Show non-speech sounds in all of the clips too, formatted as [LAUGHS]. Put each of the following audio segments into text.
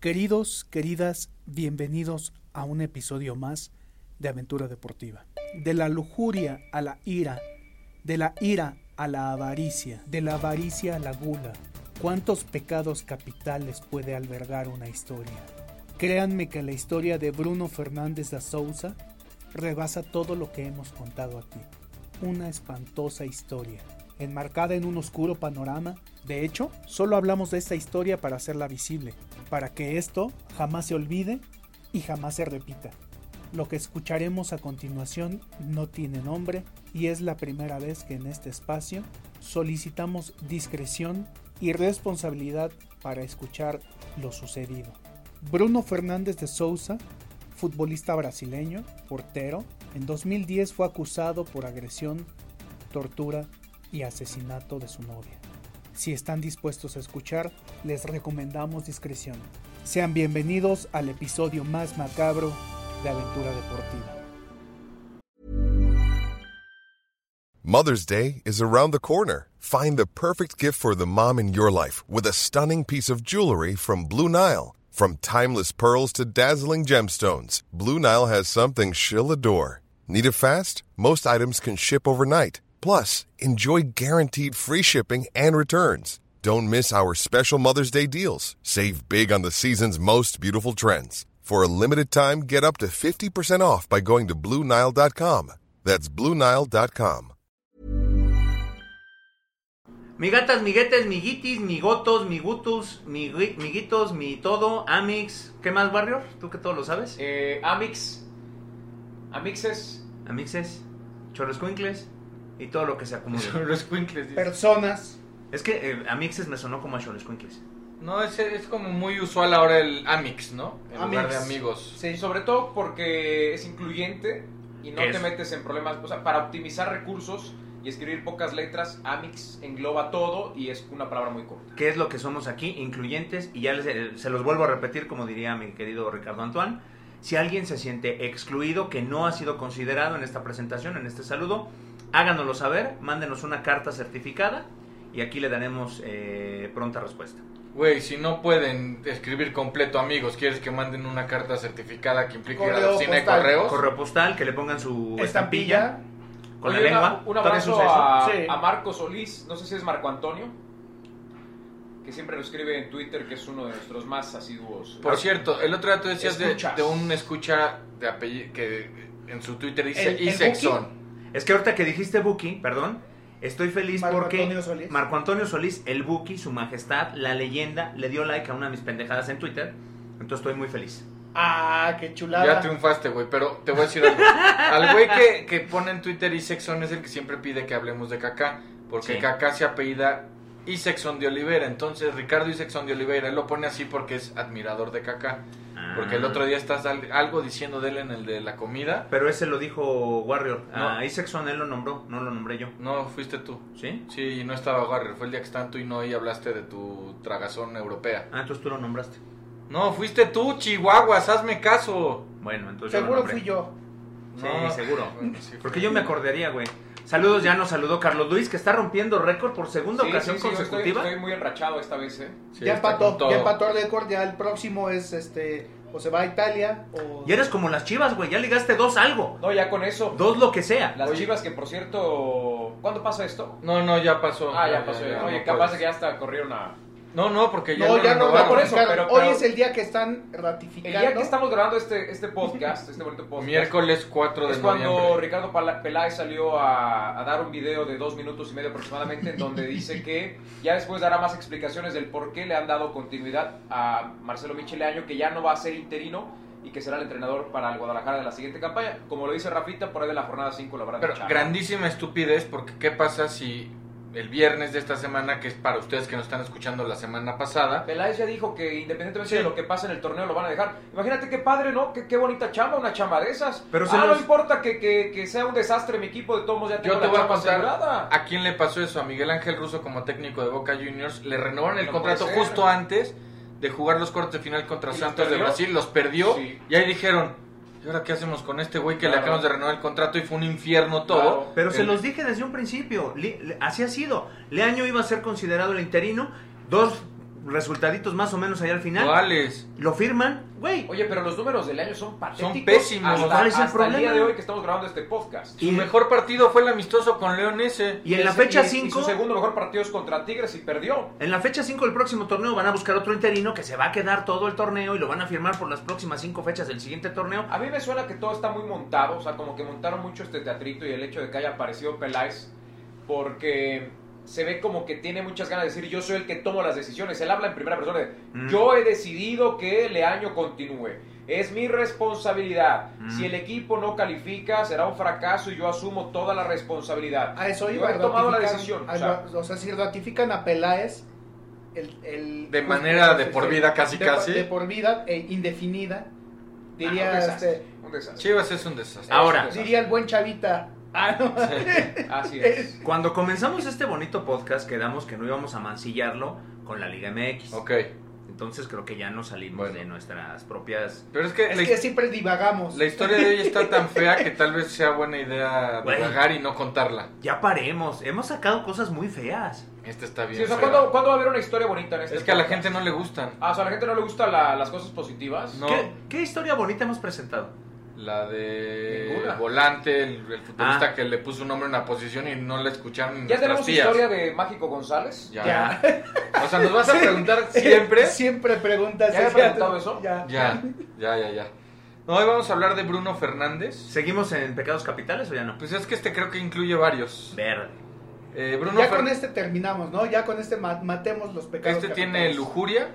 Queridos, queridas, bienvenidos a un episodio más de Aventura Deportiva. De la lujuria a la ira, de la ira a la avaricia, de la avaricia a la gula. ¿Cuántos pecados capitales puede albergar una historia? Créanme que la historia de Bruno Fernández da Souza rebasa todo lo que hemos contado aquí. Una espantosa historia, enmarcada en un oscuro panorama. De hecho, solo hablamos de esta historia para hacerla visible, para que esto jamás se olvide y jamás se repita. Lo que escucharemos a continuación no tiene nombre y es la primera vez que en este espacio solicitamos discreción y responsabilidad para escuchar lo sucedido. Bruno Fernández de Souza, futbolista brasileño, portero, en 2010 fue acusado por agresión, tortura y asesinato de su novia. Si están dispuestos a escuchar, les recomendamos discreción. Sean bienvenidos al episodio más macabro de Aventura Deportiva. Mother's Day is around the corner. Find the perfect gift for the mom in your life with a stunning piece of jewelry from Blue Nile. From timeless pearls to dazzling gemstones, Blue Nile has something she'll adore. Need it fast? Most items can ship overnight. Plus, enjoy guaranteed free shipping and returns. Don't miss our special Mother's Day deals. Save big on the season's most beautiful trends. For a limited time, get up to 50% off by going to Blue Nile.com. That's Blue Nile.com. Migatas, miguetes, miguitis, migotos, migutus, migui- miguitos, mi todo, amix. ¿Qué más, Warrior? Tú que todo lo sabes. Eh, Amix. Amixes. Amixes, chorrescuincles y todo lo que se acumula. Los Quinkles. dice. Personas. es que eh, amixes me sonó como a chorrescuincles. No, es, es como muy usual ahora el Amix, ¿no? En lugar Amix. de amigos. Sí. Sobre todo porque es incluyente y no ¿Qué te es? metes en problemas. O sea, para optimizar recursos y escribir pocas letras, Amix engloba todo y es una palabra muy corta. ¿Qué es lo que somos aquí? Incluyentes. Y ya les, eh, se los vuelvo a repetir, como diría mi querido Ricardo Antoine. Si alguien se siente excluido, que no ha sido considerado en esta presentación, en este saludo, háganoslo saber, mándenos una carta certificada y aquí le daremos eh, pronta respuesta. Güey, si no pueden escribir completo amigos, ¿quieres que manden una carta certificada que implique Correo la oficina de postal. correos? Correo postal, que le pongan su estampilla, Estampilla. con la Oye, una- lengua. Un ¿Todavía se abrazo usa eso? a, Sí. a Marco Solís, no sé si es Marco Antonio, que siempre lo escribe en Twitter, que es uno de nuestros más asiduos. Por cierto, el otro día tú decías de, Escuchas. de un escucha de apellido que en su Twitter dice El- el Isexon. Es que ahorita que dijiste Buki, perdón, estoy feliz Marco porque Antonio Solís. Marco Antonio Solís, el Buki, su majestad, la leyenda, le dio like a una de mis pendejadas en Twitter. Entonces estoy muy feliz. Ah, qué Ya triunfaste, güey, pero te voy a decir algo. Al güey que, que pone en Twitter Isexon es el que siempre pide que hablemos de Kaká, porque Sí. Kaká se apellida Isexon de Oliveira. Entonces, Ricardo Isexon de Oliveira, él lo pone así porque es admirador de Kaká. Porque Ah. el otro día estás al- algo diciendo de él en el de la comida. Pero ese lo dijo Warrior. Ah. No. A Isaac Son él lo nombró, no lo nombré yo. No, fuiste tú. ¿Sí? Sí, y no estaba Warrior. Fue el día que están tú y no y hablaste de tu tragazón europea. Ah, entonces tú lo nombraste. No, fuiste tú, Chihuahuas, hazme caso. Bueno, entonces yo lo nombré. yo. Sí, No. seguro. Bueno, sí fue. Porque yo me acordaría, güey. Saludos, ya nos saludó Carlos Luis, que está rompiendo récord por segunda Sí, ocasión sí, sí, yo estoy- consecutiva. estoy muy enrachado esta vez, ¿eh? Sí, está con todo. el récord, ya el próximo es este, o se va a Italia o... Y eres como las chivas, güey. Ya ligaste dos algo. No, ya con eso. Dos lo que sea. Las Oye. chivas que, por cierto, ¿cuándo pasa esto? No, no, ya pasó. Ah, ya pasó. ya. no Oye, capaz de puedes. que ya hasta corrieron a... No, no, porque ya No, lo ya no, renovaron. no, por eso. Claro, pero, pero- hoy es el día que están El ratificando. día que estamos grabando este, este podcast, este bonito podcast, Miércoles 4 de es cuando noviembre. Ricardo Pala- Peláez salió a, a dar un video de dos minutos y medio aproximadamente, en donde dice que ya después dará más explicaciones del por qué le han dado continuidad a Marcelo Micheleaño, que ya no va a ser interino y que será el entrenador para el Guadalajara de la siguiente campaña. Como lo dice Rafita, por ahí de la jornada 5 lo habrán Pero echado. grandísima estupidez, porque ¿qué pasa si el viernes de esta semana, que es para ustedes que nos están escuchando la semana pasada. Peláez ya dijo que independientemente de lo que pase en el torneo lo van a dejar. Imagínate qué padre, ¿no? Qué, qué bonita chamba, una chamba de esas. Pero se ah, no los- importa que, que- que sea un desastre mi equipo, de todos modos ya tengo Yo te la voy a chamba contar asegurada. a quién le pasó eso, a Miguel Ángel Russo como técnico de Boca Juniors. Le renovaron el No contrato puede ser. justo antes de jugar los cuartos de final contra ¿Y los Santos de perdió? Brasil. Los perdió Sí. y ahí dijeron, ¿y ahora qué hacemos con este güey que le Claro. acabamos de renovar el contrato y fue un infierno todo? Claro. Pero se El- los dije desde un principio, Li- le- así ha sido. Leaño iba a ser considerado el interino, dos resultaditos más o menos ahí al final. ¿Cuáles? Lo firman, güey. Oye, pero los números del año son patéticos. pésimos. Hasta, ¿Cuál es el hasta problema? el día de hoy que estamos grabando este podcast. Su mejor partido fue el amistoso con León ese. Y en la Y- fecha y- Y su 5, segundo mejor partido es contra Tigres y perdió. en la fecha 5 del próximo torneo van a buscar otro interino que se va a quedar todo el torneo y lo van a firmar por las próximas 5 fechas del siguiente torneo. Ah, A mí me suena que todo está muy montado, o sea, como que montaron mucho este teatrito y el hecho de que haya aparecido Peláez, porque se ve como que tiene muchas ganas de decir yo soy el que tomo las decisiones. Él habla en primera persona de Mm. yo he decidido que Leaño continúe. Es mi responsabilidad. Mm. Si el equipo no califica, será un fracaso y yo asumo toda la responsabilidad. A eso Yo iba. he tomado la ratifican- decisión, o al- sea. o sea, si ratifican a Peláez. El, el- De manera de por vida, casi, de, casi. De por vida e indefinida. Ah, Diría, un desastre, este, un desastre. Chivas es un desastre. Ah. Ahora, diría el buen Chavita. Ah, no. Así es. Cuando comenzamos este bonito podcast quedamos que no íbamos a mancillarlo con la Liga MX. Ok. Entonces creo que ya nos salimos Bueno. de nuestras propias... Pero es que, Es la, que siempre divagamos. la historia de hoy está tan fea que tal vez sea buena idea Güey. divagar y no contarla. Ya paremos, hemos sacado cosas muy feas. Esta está bien. Sí, o sea, fea. ¿cuándo, cuándo va a haber una historia bonita en este Es que a la podcast? gente no le gustan. Ah, o sea, a la gente no le gustan las cosas positivas. No. ¿Qué, qué historia bonita hemos presentado? La de Ninguna. volante, el, el futbolista Ah. que le puso un nombre en la posición y no la escucharon. ni ¿Ya nuestras tenemos tías. historia de Mágico González? Ya. Ya. [LAUGHS] O sea, nos vas a preguntar siempre. [LAUGHS] Siempre preguntas. ¿Ya he eso. preguntado eso? Ya. Ya, ya, ya, ya. No, hoy vamos a hablar de Bruno Fernández. ¿Seguimos en Pecados Capitales o ya no? Pues es que este creo que incluye varios. Verde. Eh, Bruno Ya con Fernández. este terminamos, ¿no? Ya con este ma- matemos los pecados. Este tiene capitales. lujuria.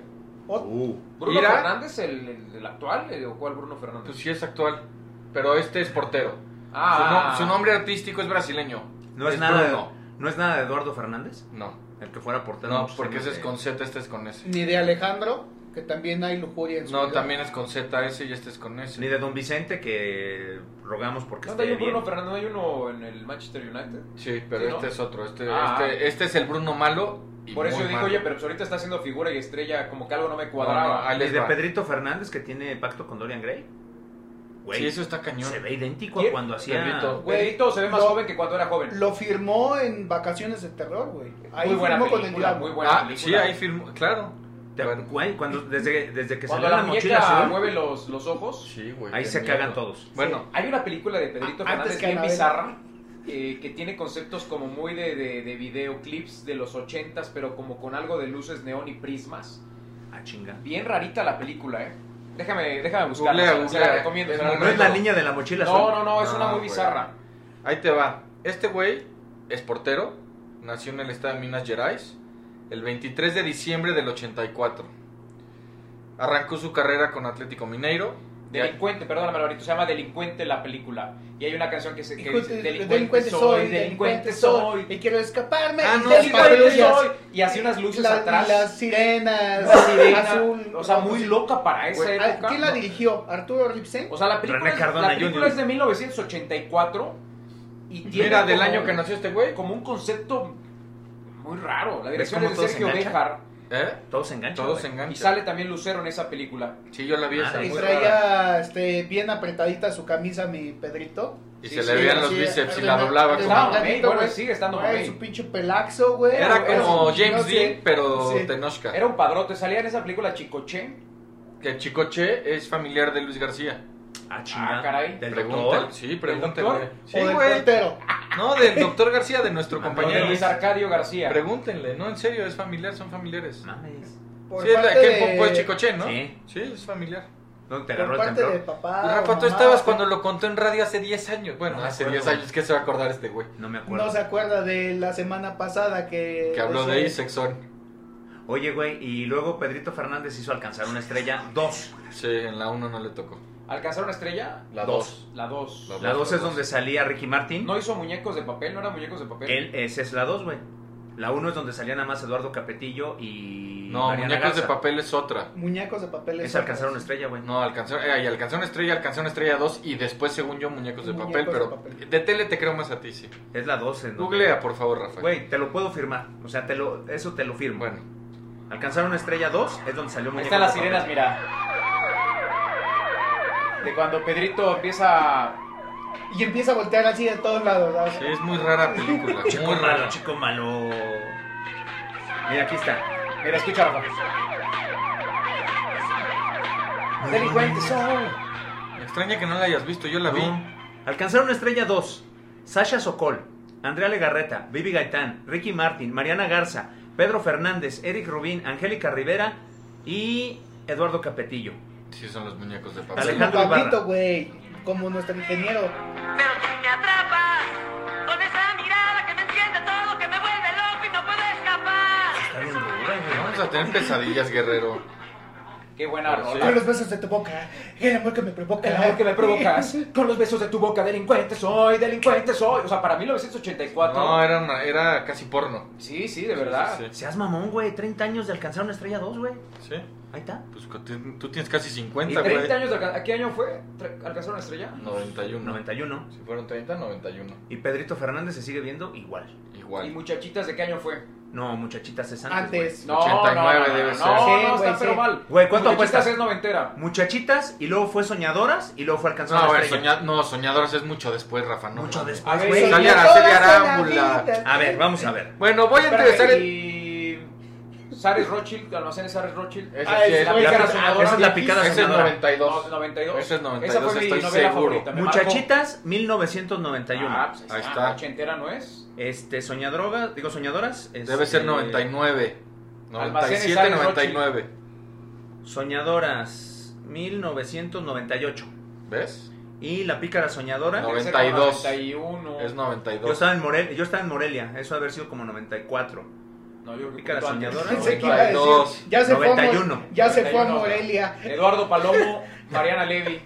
Ot- Uh, ¿Bruno Ira. Fernández, el, el- el actual? eh, ¿O cuál Bruno Fernández? Pues sí es actual. Pero este es portero. ah, Su, no- su nombre artístico es brasileño. No es, nada de, Bruno. no es nada de Eduardo Fernández, No, el que fuera portero. no, muchos porque años ese es de- con Z, este es con S. Ni de Alejandro, que también hay lujuria en su No, vida. también es con Z ese y este es con S. Ni de Don Vicente que rogamos porque ¿Dónde hay esté este, un Bruno bien. Fernández? ¿No hay uno en el Manchester United? Sí, pero Sí, ¿no? este es otro. Este, Ah. este, este es el Bruno malo. y Por eso muy yo dije, malo. oye, pero pues ahorita está haciendo figura y estrella, como que algo no me No, no, cuadraba. ahí Ni les de va. Pedrito Fernández que tiene pacto con Dorian Gray. Güey, Sí, eso está cañón. se ve idéntico a ¿Quién? cuando hacía... Pedrito. Güey, Pedrito se ve más lo- joven que cuando era joven. Lo firmó en Vacaciones de Terror, güey. Ahí muy buena película, firmó con el diablo. muy buena Ah, sí, película. ahí firmó, claro. Te- Bueno, güey, cuando, desde, desde que Cuando salió la la mochila muñeca ¿eh? azul, mueve los, los ojos, sí, güey. ahí qué se miedo. cagan todos. Bueno, Hay una película de Pedrito Ah, Fernández antes que bien Anabel. bizarra eh, que tiene conceptos como muy de, de, de videoclips de los 80s, pero como con algo de luces neón y prismas. A Ah, chinga. Bien rarita la película, ¿eh? Déjame, déjame buscarla. Googlea, se la- se googlea. la recomiendo. se la No ¿No es recomiendo. la niña de la mochila azul? No, no, no, es No, una muy Ah, güey. bizarra. ahí te va. Este güey es portero. Nació en el estado de Minas Gerais el 23 de diciembre del 84. Arrancó su carrera con Atlético Mineiro. Ya- Delincuente, perdóname, Alvarito, se llama Delincuente la película. Y hay una canción que, se, que Hijo de- dice Delincuente, soy, delincuente soy, y quiero escaparme. Ah, y no, las Delincuente patrullas, soy. Y así unas luces la- atrás. y las sirenas, una sirena, azul. o sea, muy loca para esa Güey, época. ¿Quién la dirigió? ¿Arturo Ripsen? O sea, la película, René es, Cardona la película Jr.. es de 1984 y tiene Mira, del como- año que nació este güey. como un concepto muy raro. La dirección cómo es de todo se Sergio engancha? Béjar ¿Eh? Todos se enganchan, Todos se güey. y enganchan. sale también Lucero en esa película. Sí, yo la vi esa. Madre, y muy rara. traía este, bien apretadita su camisa, mi Pedrito. Y Sí, se le sí, veían sí, los sí, bíceps y era- la doblaba. era- como- Estaba un mamey, gatito, bueno, güey. sigue estando Güey, mamey. su pinche pelaxo, güey. Era como no James sé. Dean, pero Sí. Tenochca. Era un padrote, salía en esa película Chicoche. Que Chicoche es familiar de Luis García. A chinga. Ah, caray. Del Pregúntale. doctor. Sí, doctor? pregúntenle. Sí, O del güey. portero. No, del doctor García, de [LAUGHS] nuestro Con compañero. Luis Arcadio García. Pregúntenle, no, en serio, es familiar, son familiares. Mames. Por sí, es la- parte que de- el poco es Chicoche, ¿no? Sí. es familiar. ¿Dónde te agarró Por el parte de temblor? papá. o Rafa, tú Ah, mamá, estabas sí. cuando lo contó en radio hace 10 años. Bueno, No me hace acuerdo. 10 años, ¿qué se va a acordar este güey? No me acuerdo. No se acuerda de la semana pasada que. Que habló de ese- Isexon. Oye, güey, y luego Pedrito Fernández hizo alcanzar una estrella 2. Sí, en la 1 no le tocó. ¿Alcanzar una estrella? La Dos. 2. La 2. La La 2 dos, es la donde salía Ricky Martin. No hizo muñecos de papel, no eran muñecos de papel. Él, esa es la 2, güey. La 1 es donde salían nada más Eduardo Capetillo y. No, Mariana Muñecos de Garza. Papel es otra. Muñecos de papel. Es alcanzar una estrella, güey. No, alcanzó, eh, y alcanzó una estrella, alcanzó una estrella 2 y después, según yo, Muñecos de Muñecos Papel, de pero Papel. de tele te creo más a ti, sí. Es la 12, ¿no? Googlea, por favor, Rafael. Güey, te lo puedo firmar. O sea, te lo, eso te lo firmo. Bueno, Alcanzar una estrella 2 es donde salió Ahí Muñecos están las de Papel. sirenas, mira. De cuando Pedrito empieza. Y empieza a voltear así de todos lados. ¿sabes? sí, es muy rara película, Chico [LAUGHS] muy malo, rara. chico malo. Mira, aquí está. Mira, escucha, Rafa. Delincuentes son. Me extraña que no la hayas visto, yo la vi. Alcanzar una estrella 2. Sasha Sokol, Andrea Legarreta, Vivi Gaitán, Ricky Martin, Mariana Garza, Pedro Fernández, Eric Rubín, Angélica Rivera y Eduardo Capetillo. Sí, son los Muñecos de Sí, Papel. Alejandro. Ibarra. Pablito, güey. Como nuestro ingeniero. Pero tú me atrapas con esa mirada que me enciende todo, que me vuelve loco y no puedo escapar. Está bien dura, güey. Vamos a tener pesadillas, guerrero. Qué buena Pero sí. rola. Con los besos de tu boca. El amor que me provoca. El amor que me [LAUGHS] provocas [LAUGHS] con los besos de tu boca, delincuente soy, delincuente soy. O sea, para 1984. No, era, una- era casi porno. eh. Sí, sí, de verdad. Sí, sí. Seas mamón, güey. 30 años de alcanzar una estrella 2, güey. Sí, Ahí está. pues co- ti- tú tienes casi ¿Y 50, 30 güey. años de alca- ¿A qué año fue? Tre- ¿Alcanzaron una estrella? 91. 91. Si fueron 30, 91. Y Pedrito Fernández se sigue viendo igual. ¿Y Igual. muchachitas de qué año fue? No, muchachitas es antes. güey. Antes. No, 89 no, no, debe no, ser. No, no, Sí, güey, está pero sí. mal. Güey, ¿cuánto Muchachitas apuestas? es noventera. Muchachitas y luego fue soñadoras y luego fue No, alcanzar a una ver, estrella. soña- no, soñadoras es mucho después, Rafa. No, Mucho mames. después. A ver, güey. Sale Araceli Arámbula. A ver, vamos a ver. Bueno, voy a Espérame, interesar el... y... Sares Rothschild, almacenes Sares Rothschild. Ese Ah, sí es es- la esa picada es la- sonadora. esa es la picada Ese es sonadora. 92. No, 92. Ese es 92, Esa fue mi estoy novela seguro. favorita. me Muchachitas, marcó. 1991. Ah, pues ahí Ahí está. está. Ochentera no es. Este, soñadrogas, digo soñadoras. Debe este, ser 99. Almacenes 97, Alex 99. Soñadoras, 1998. ¿Ves? Y la pícara soñadora. No, Debe ser 92. 91. Es Yo 92. estaba, en Morel- yo estaba en Morelia, eso ha de haber sido como 94. No, yo creo que Pícara tú antes. soñadora. Pensé que iba a decir, 92, Ya se fue a Mo- 91. Ya se fue a 91. Morelia. Eduardo Palomo, Mariana Levy.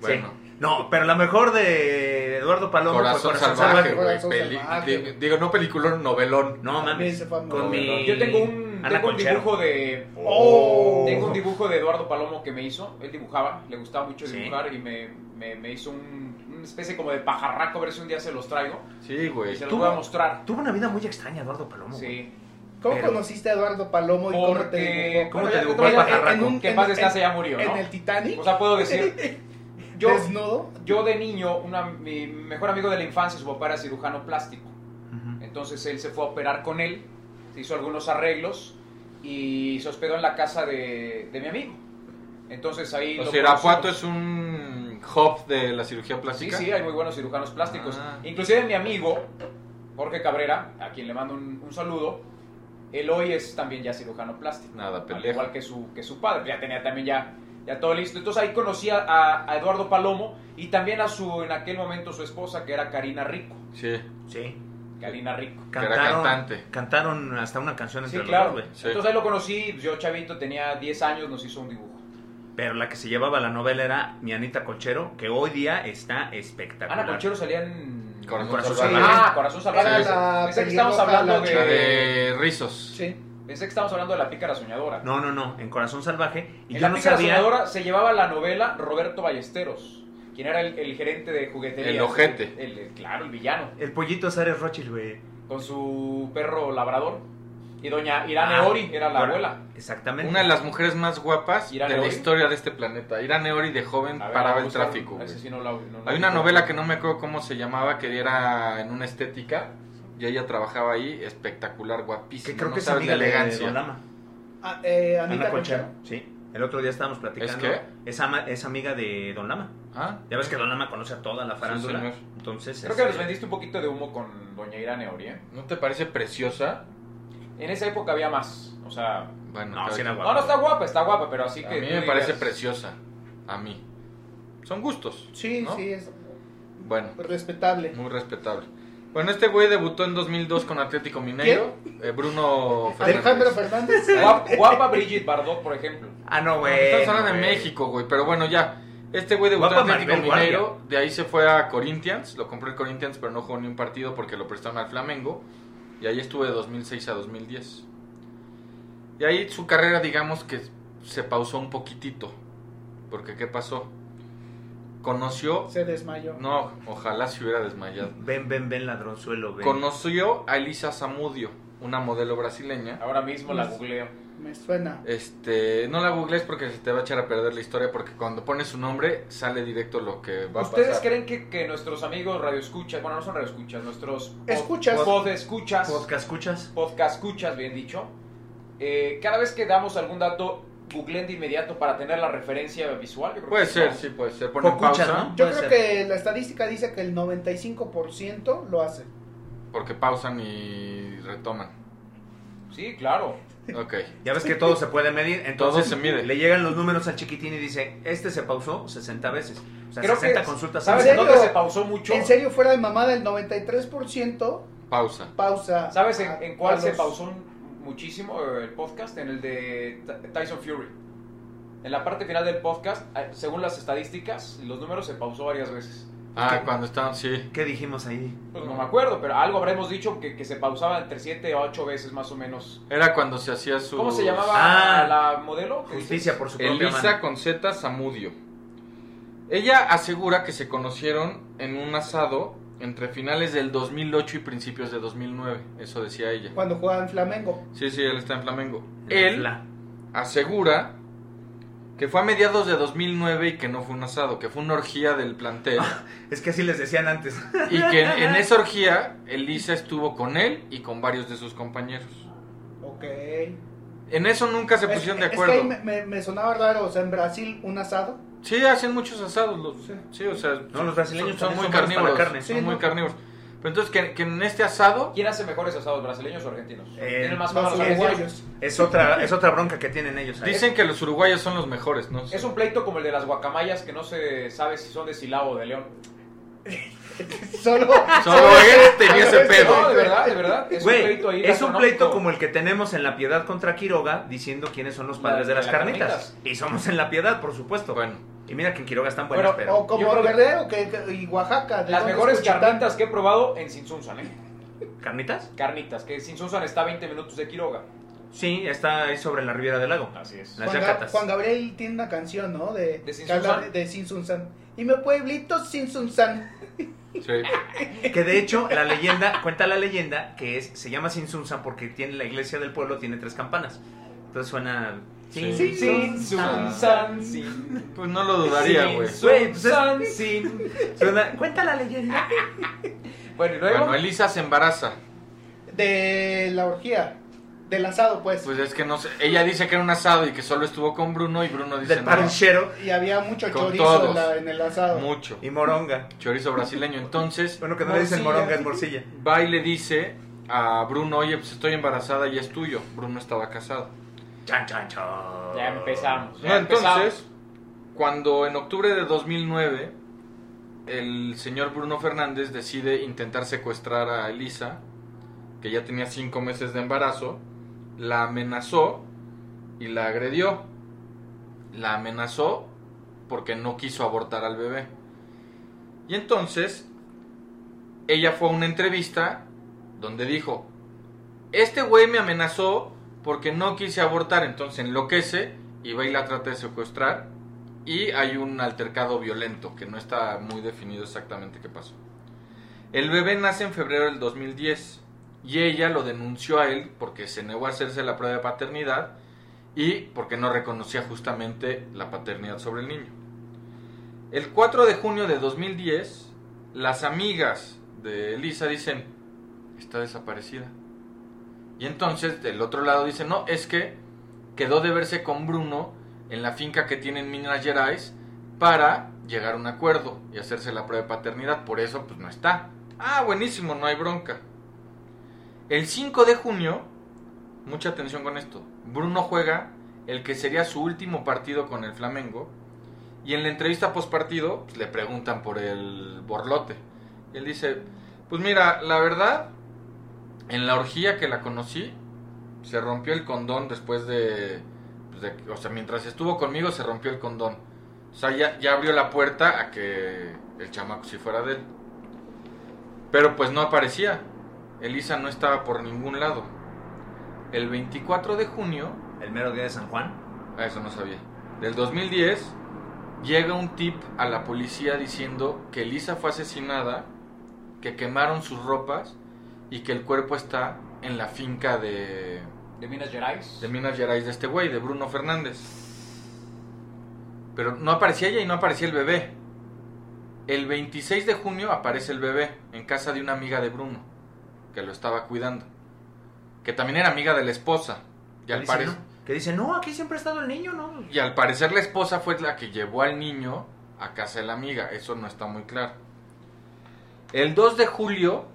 Bueno. Sí. No, pero la mejor de Eduardo Palomo fue Corazón Corazón salvaje, güey. Corazón Peli- salvaje. di- Digo, no peliculón, novelón. No También mames. se fue a Con Morelia. mi. Yo tengo un, Ana tengo un Conchero. dibujo de. Oh. Tengo un dibujo de Eduardo Palomo que me hizo. Él dibujaba, le gustaba mucho Sí. dibujar y me, me, me hizo un, una especie como de pajarraco. A ver si un día se los traigo. Sí, Y güey. se los ¿Tú? voy a mostrar. Tuvo una vida muy extraña Eduardo Palomo. güey. Sí. ¿Cómo Pero- conociste a Eduardo Palomo y cómo te Porque. dibujó? ¿Cómo bueno, te ya dibujó voy a- el pajarraco? en un- Que en paz descanse ya murió, en ¿no? el Titanic, O sea, puedo decir. Yo, desnudo. yo de niño, una, mi mejor amigo de la infancia, su papá era cirujano plástico. Ujú. Entonces él se fue a operar con él, se hizo algunos arreglos y se hospedó en la casa de, de mi amigo. Entonces ahí... O lo sea, Irapuato conocimos. es un hub de la cirugía Sí, plástica. sí, hay muy buenos cirujanos plásticos. Ah. Inclusive mi amigo, Jorge Cabrera, a quien le mando un, un saludo, él hoy es también ya cirujano plástico. Nada, Al pendejo. igual que su, que su padre, ya tenía también ya, ya todo listo. Entonces ahí conocí a- a, a Eduardo Palomo y también a su, en aquel momento, su esposa, que era Karina Rico. Sí. Sí. Karina Rico. Que era Cantaron, cantante. cantaron hasta una canción Sí, entre los claro. dos, güey. Sí. Entonces ahí lo conocí, pues, yo chavito tenía 10 años, nos hizo un dibujo. Pero la que se llevaba la novela era mi Anita Conchero, que hoy día está espectacular. Ana Conchero salía en... Corazón, Corazón salvaje. salvaje. Ah, Corazón Era Salvaje. la Pensé que pelirroja, estábamos hablando la de... La Eh, de Rizos. Sí. Pensé que estábamos hablando de La Pícara Soñadora. No, no, no, en Corazón Salvaje. Y en yo La no Pícara sabía. Soñadora se llevaba la novela Roberto Ballesteros, quien era el, el gerente de juguetería. El ojete. El- el- claro, el villano. El pollito Sárez Rochil, güey. Con su perro labrador. Y doña Irane Ah, Ori era la bueno, abuela. Exactamente. Una de las mujeres más guapas de Ira la Neori. historia de este planeta. Irán Neori de joven A ver, paraba el vamos a buscar- tráfico. ese güey. sí no la- no la- Hay una novela que no me acuerdo cómo se llamaba, que era en una estética. Y ella trabajaba ahí, espectacular, guapísima. que creo no que es sabes amiga la de elegancia. Don Lama. Ah, eh, Anita Ana Conchero. Conchero. Sí. El otro día estábamos platicando. ¿Es ama- es amiga de Don Lama. Ah, Ya ves que Don Lama conoce a toda la farándula. señor. Entonces. Creo que este, nos vendiste un poquito de humo con doña Irane Ori, ¿eh? ¿no te parece preciosa? En esa época había más. O sea. Ah, Bueno, No, cada sí era quien. guapa. No, no está guapa, está guapa, pero así a que. mí me tú digas- parece preciosa. A mí. Son gustos. Sí, ¿no? sí, es Bueno, respetable. muy respetable. Bueno, este güey debutó en 2002 con Atlético Mineiro. Eh, Bruno Fernández. Alejandro Fernández. Ah. Guap- Guapa Brigitte Bardot, por ejemplo. Ah, no, No, güey. Estamos hablando no, de güey. México, güey. Pero bueno, ya. Este güey debutó en Guapa Atlético Maribel Guardia. Mineiro. De ahí se fue a Corinthians. Lo compró el Corinthians, pero no jugó ni un partido porque lo prestaron al Flamengo. Y ahí estuve de 2006 a 2010. Y ahí su carrera, digamos que se pausó un poquitito. Porque ¿qué pasó? Conoció... Se desmayó. No, ojalá se hubiera desmayado. Ven, ven, ven, ladronzuelo, ven. Conoció a Elisa Zamudio, una modelo brasileña. Ahora mismo la googleo. Me suena. Este, no la googlees porque se te va a echar a perder la historia porque cuando pones su nombre sale directo lo que va a pasar. ¿Ustedes creen que, que nuestros amigos radioescuchas, bueno, no son radioescuchas, nuestros pod- Escuchas. pod- escuchas, ¿Podcast escuchas? podcast escuchas, bien dicho, eh, cada vez que damos algún dato, googleen de inmediato para tener la referencia visual? Yo creo Puede que ser, no. sí, puede ser. Ponen Escuchas, pausa. ¿no? Yo Puede creo ser. que la estadística dice que el 95% lo hace. Porque pausan y retoman. Sí, claro. Ok. Ya ves que todo se puede medir, entonces Todo se mide. le llegan los números al chiquitín y dice, este se pausó 60 veces. O sea, Creo que 60 es- consultas ¿Sabes en ¿En al dónde serio? se pausó mucho? En serio, fuera de mamada, el 93% Pausa. pausa. ¿Sabes en, a- en cuál a se los- pausó un- muchísimo eh, el podcast? En el de T- Tyson Fury. En la parte final del podcast, eh, según las estadísticas, los números se pausó varias veces. Ah, Ok. cuando están, sí. ¿Qué dijimos ahí? Pues no me acuerdo, pero algo habremos dicho que, que se pausaba entre 7 a 8 veces más o menos. Era cuando se hacía su... ¿Cómo se llamaba Ah. la modelo? que Justicia dices? por su propia Elisa mano. con Z Zamudio. Ella asegura que se conocieron en un asado entre finales del 2008 y principios de 2009. Eso decía ella. Cuando jugaba en Flamengo. Sí, sí, él está en Flamengo. Él La- asegura que fue a mediados de 2009 y que no fue un asado, que fue una orgía del plantel. Es que así les decían antes. [LAUGHS] y que en esa orgía Elisa estuvo con él y con varios de sus compañeros. Ok. En eso nunca se Es- pusieron es de acuerdo. que ahí me, me- me sonaba raro. O sea, en Brasil, un asado. Sí, hacen muchos asados. Los, sí. Sí. o sea, No, los brasileños son, también son son muy buenos para la carnívoros. carne. Son Sí, muy ¿no? carnívoros. Pero entonces, que, que en este asado. ¿Quién hace mejores asados, brasileños o argentinos? Eh, ¿Tienen más fama Los los argentinos? uruguayos. Es otra, es otra bronca que tienen ellos. ahí. Dicen que los uruguayos son los mejores, ¿no? Es un pleito como el de las guacamayas que no se sabe si son de Silao o de León. [LAUGHS] Solo. este, Solo [LAUGHS] él tenía ese No, de pedo. verdad, de verdad. Es Güey, un pleito ahí. es un pleito gastronómico. como el que tenemos en La Piedad contra Quiroga diciendo quiénes son los padres La- de las la carnitas. carnitas. Y somos en La Piedad, por supuesto. Bueno, Y mira que en Quiroga están buenas, Bueno, pero... O Yo como creo que- Verdadero que, que- y Oaxaca. ¿de Las dónde mejores escuchan carnitas que he probado en Sinsunzan, ¿eh? ¿Carnitas? Carnitas, que Sinsunzan está a 20 minutos de Quiroga. Sí, está ahí sobre la Riviera del Lago. Así es. Las Juan, Ga- yacatas. Juan Gabriel tiene una canción, ¿no? De, ¿De Sin que habla Sunsan? de, de Sin Sunsan. Y mi pueblito Sin Sunsan. [LAUGHS] sí. Que de hecho, la leyenda, cuenta la leyenda, que es, se llama Sinsunza porque tiene la iglesia del pueblo, tiene tres campanas. Entonces suena... Sí. Sin- Ah, sin- Sinsunzan, sin. Pues no lo dudaría, güey. Güey, pues es- Sinsunzan, sin. suena- Cuenta la Ah, leyenda. Bueno, y luego. Bueno, Elisa se embaraza. De la orgía. Del asado, pues. Pues es que no sé. Ella dice que era un asado y que solo estuvo con Bruno y Bruno dice Del parchero y había mucho Con chorizo todos. en, la- en el no, asado. mucho. y moronga. Chorizo brasileño. Entonces, Bueno, que no le dicen Morcilla. moronga, es morcilla. va y le dice a Bruno, oye, pues estoy embarazada y es tuyo. Bruno estaba casado. Chan, chan, chan. Ya empezamos. No, Pues, Ya entonces, empezamos. cuando en octubre de 2009 el señor Bruno Fernández decide intentar secuestrar a Elisa, que ya tenía cinco meses de embarazo, la amenazó y la agredió. La amenazó porque no quiso abortar al bebé. Y entonces, ella fue a una entrevista donde dijo, este güey me amenazó porque no quise abortar, entonces enloquece y va y la trata de secuestrar y hay un altercado violento que no está muy definido exactamente qué pasó. El bebé nace en febrero del 2010 y ella lo denunció a él porque se negó a hacerse la prueba de paternidad y porque no reconocía justamente la paternidad sobre el niño. El 4 de junio de 2010, las amigas de Elisa dicen, está desaparecida. Y entonces del otro lado dice, no, es que quedó de verse con Bruno en la finca que tiene en Minas Gerais para llegar a un acuerdo y hacerse la prueba de paternidad. Por eso, pues no está. Ah, buenísimo, no hay bronca. El 5 de junio, mucha atención con esto, Bruno juega el que sería su último partido con el Flamengo. Y en la entrevista postpartido pues, le preguntan por el borlote. Y él dice, pues mira, la verdad, en la orgía que la conocí, se rompió el condón después de, pues, de- O sea, mientras estuvo conmigo se rompió el condón. O sea, ya, ya abrió la puerta a que el chamaco si fuera de él. Pero pues no aparecía. Elisa no estaba por ningún lado. El 24 de junio, El mero día de San Juan. a Ah, eso no sabía, del 2010, llega un tip a la policía diciendo que Elisa fue asesinada, que quemaron sus ropas y que el cuerpo está en la finca de, de Minas Gerais. de Minas Gerais de este güey, de Bruno Fernández. Pero no aparecía ella y no aparecía el bebé. El 26 de junio aparece el bebé en casa de una amiga de Bruno, que lo estaba cuidando. Que también era amiga de la esposa. Y Que al, dice, parecer "No", Que dice, no, aquí siempre ha estado el niño, ¿no? y al parecer la esposa fue la que llevó al niño a casa de la amiga. Eso no está muy claro. El 2 de julio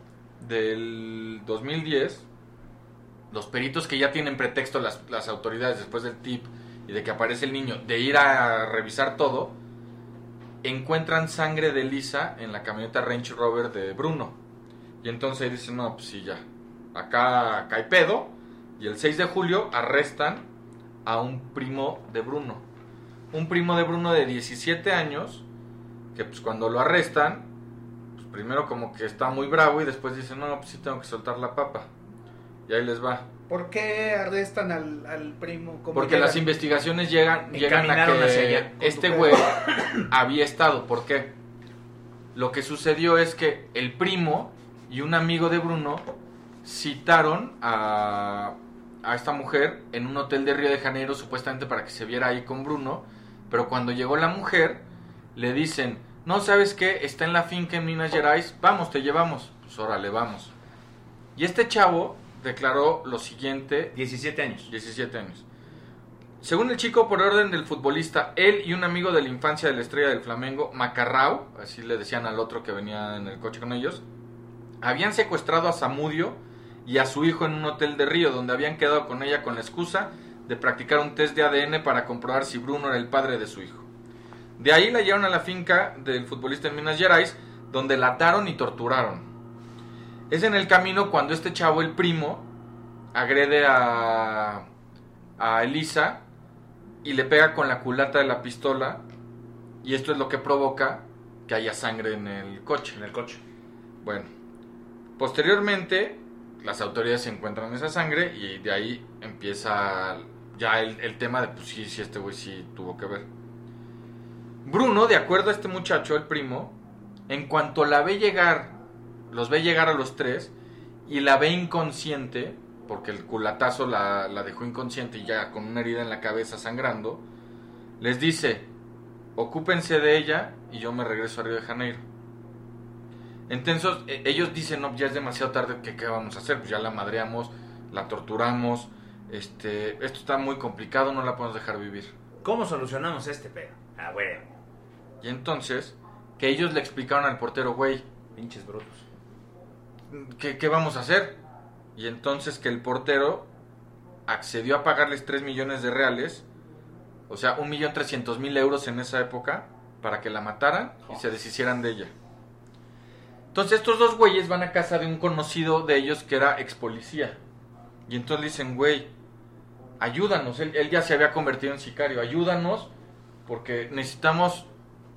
del 2010, los peritos que ya tienen pretexto las, las autoridades después del tip y de que aparece el niño de ir a revisar todo, encuentran sangre de Lisa en la camioneta Range Rover de Bruno. Y entonces dicen, no, pues sí, ya. Acá, acá hay pedo. Y el 6 de julio arrestan a un primo de Bruno. Un primo de Bruno de 17 años, que pues cuando lo arrestan, pues primero como que está muy bravo y después dice, no, pues sí tengo que soltar la papa. Y ahí les va. ¿Por qué arrestan al, al primo? ¿Cómo Porque llega? las investigaciones llegan, llegan a Encaminaron que hacia allá, con este tu güey había estado. ¿Por qué? Lo que sucedió es que el primo y un amigo de Bruno citaron a, a esta mujer en un hotel de Río de Janeiro supuestamente para que se viera ahí con Bruno. Pero cuando llegó la mujer, le dicen, no sabes qué, está en la finca en Minas Gerais, vamos, te llevamos. Pues órale, vamos. Y este chavo declaró lo siguiente 17 años. 17 años. Según el chico, por orden del futbolista, él y un amigo de la infancia de la estrella del Flamengo, Macarrao, así le decían al otro que venía en el coche con ellos, habían secuestrado a Samudio y a su hijo en un hotel de Río, donde habían quedado con ella con la excusa de practicar un test de ADN para comprobar si Bruno era el padre de su hijo. De ahí la llevaron a la finca del futbolista en Minas Gerais, donde la ataron y torturaron. Es en el camino cuando este chavo, el primo, agrede a, a Elisa y le pega con la culata de la pistola y esto es lo que provoca que haya sangre en el coche. En el coche. Bueno, posteriormente las autoridades encuentran esa sangre y de ahí empieza ya el, el tema de, pues sí, sí, este güey sí tuvo que ver. Bruno, de acuerdo a este muchacho, el primo, en cuanto la ve llegar, los ve llegar a los tres y la ve inconsciente, porque el culatazo la, la dejó inconsciente y ya con una herida en la cabeza sangrando, les dice, ocúpense de ella y yo me regreso a Río de Janeiro. Entonces e- ellos dicen, no, ya es demasiado tarde, ¿qué, qué vamos a hacer? Pues ya la madreamos, la torturamos, este, esto está muy complicado, no la podemos dejar vivir. ¿Cómo solucionamos este pedo? Ah, güey. Y entonces, que ellos le explicaron al portero, güey, Pinches brutos. ¿qué, qué vamos a hacer? Y entonces que el portero accedió a pagarles 3 millones de reales, o sea, 1.300.000 euros en esa época, para que la mataran y se deshicieran de ella. Entonces estos dos güeyes van a casa de un conocido de ellos que era ex policía. Y entonces le dicen, güey, ayúdanos, él, él ya se había convertido en sicario, ayúdanos porque necesitamos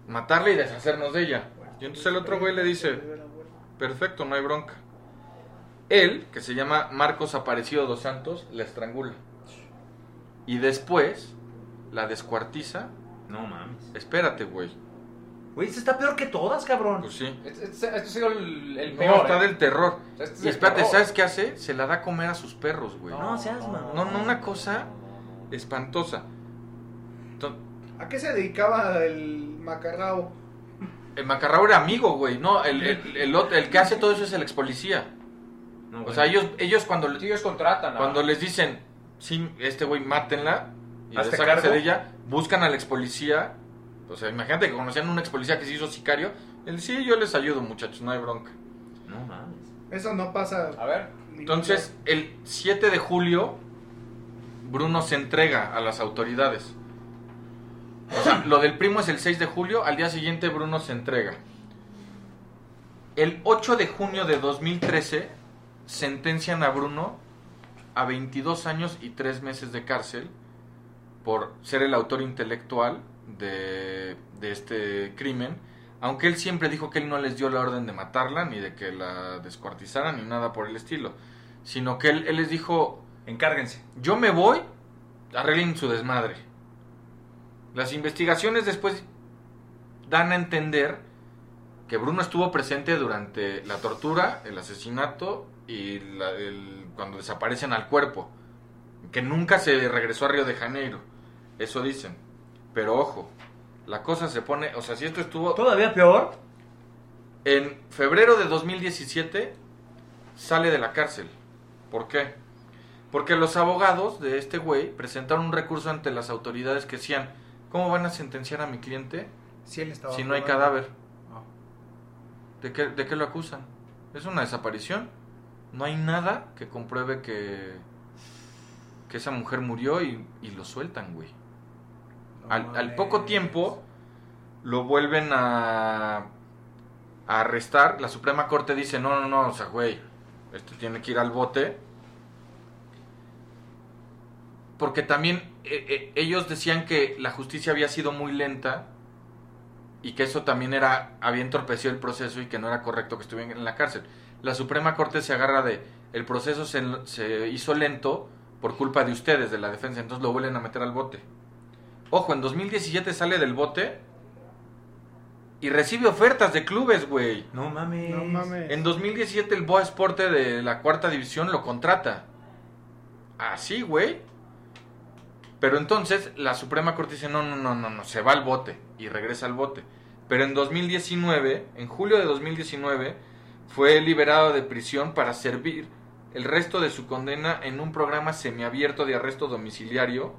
matarla y deshacernos de ella. Y entonces el otro güey le dice, Perfecto, no hay bronca. Él, que se llama Marcos Aparecido dos Santos, la estrangula. Y después la descuartiza. No mames. Espérate, güey. Güey, este está peor que todas, cabrón. Pues sí. Este, este- este ha sido el, el No, peor. está ¿eh? del terror. Este es y el espérate, terror. ¿sabes qué hace? Se la da a comer a sus perros, güey. no seas mamón. No, no, una cosa espantosa. Entonces, ¿A qué se dedicaba el macarrao? el macarrao era amigo, güey. No, el, el, el otro- el que hace todo eso es el ex policía. No, O güey. sea, ellos, ellos cuando le Sí, ellos contratan. a- Cuando les dicen, sí, este güey, mátenla y Hazte desháganse cargo. de ella, buscan al ex policía. O sea, imagínate que conocían a un ex policía que se hizo sicario. Él, sí, yo les ayudo, muchachos, no hay bronca. No mames. Eso no pasa. A ver. Ah, Entonces, el 7 de julio, Bruno se entrega a las autoridades. O sea, lo del primo es el 6 de julio, al día siguiente Bruno se entrega. El 8 de junio de 2013 sentencian a Bruno a 22 años y 3 meses de cárcel por ser el autor intelectual de, de este crimen, aunque él siempre dijo que él no les dio la orden de matarla, ni de que la descuartizaran, ni nada por el estilo, sino que él, él les dijo, Encárguense. yo me voy, arreglen su desmadre. Las investigaciones después dan a entender que Bruno estuvo presente durante la tortura, el asesinato y la- el- cuando desaparecen al cuerpo, que nunca se regresó a Río de Janeiro, eso dicen. Pero ojo, la cosa se pone, o sea, si esto estuvo... Todavía peor. En febrero de 2017 sale de la cárcel. ¿Por qué? Porque los abogados de este güey presentaron un recurso ante las autoridades que decían, ¿cómo van a sentenciar a mi cliente Si él estaba si no hay jugando. cadáver? Ah. ¿De qué, ¿De qué lo acusan? ¿Es una desaparición? No hay nada que compruebe que, que esa mujer murió y, y lo sueltan, güey. No Al, al poco mames. tiempo lo vuelven a, a arrestar. La Suprema Corte dice, no, no, no, o sea, güey, esto tiene que ir al bote. Porque también eh, eh, ellos decían que la justicia había sido muy lenta y que eso también era había entorpecido el proceso y que no era correcto que estuvieran en la cárcel. La Suprema Corte se agarra de el proceso se, se hizo lento por culpa de ustedes, de la defensa, entonces lo vuelven a meter al bote. Ojo, en 2017 sale del bote y recibe ofertas de clubes, güey. No mames. No mames. En 2017 el Boa Esporte de la cuarta división lo contrata. Así, güey. Pero entonces la Suprema Corte dice, no, no, no, no, no, se va al bote y regresa al bote. Pero en 2019, en julio de 2019, fue liberado de prisión para servir el resto de su condena en un programa semiabierto de arresto domiciliario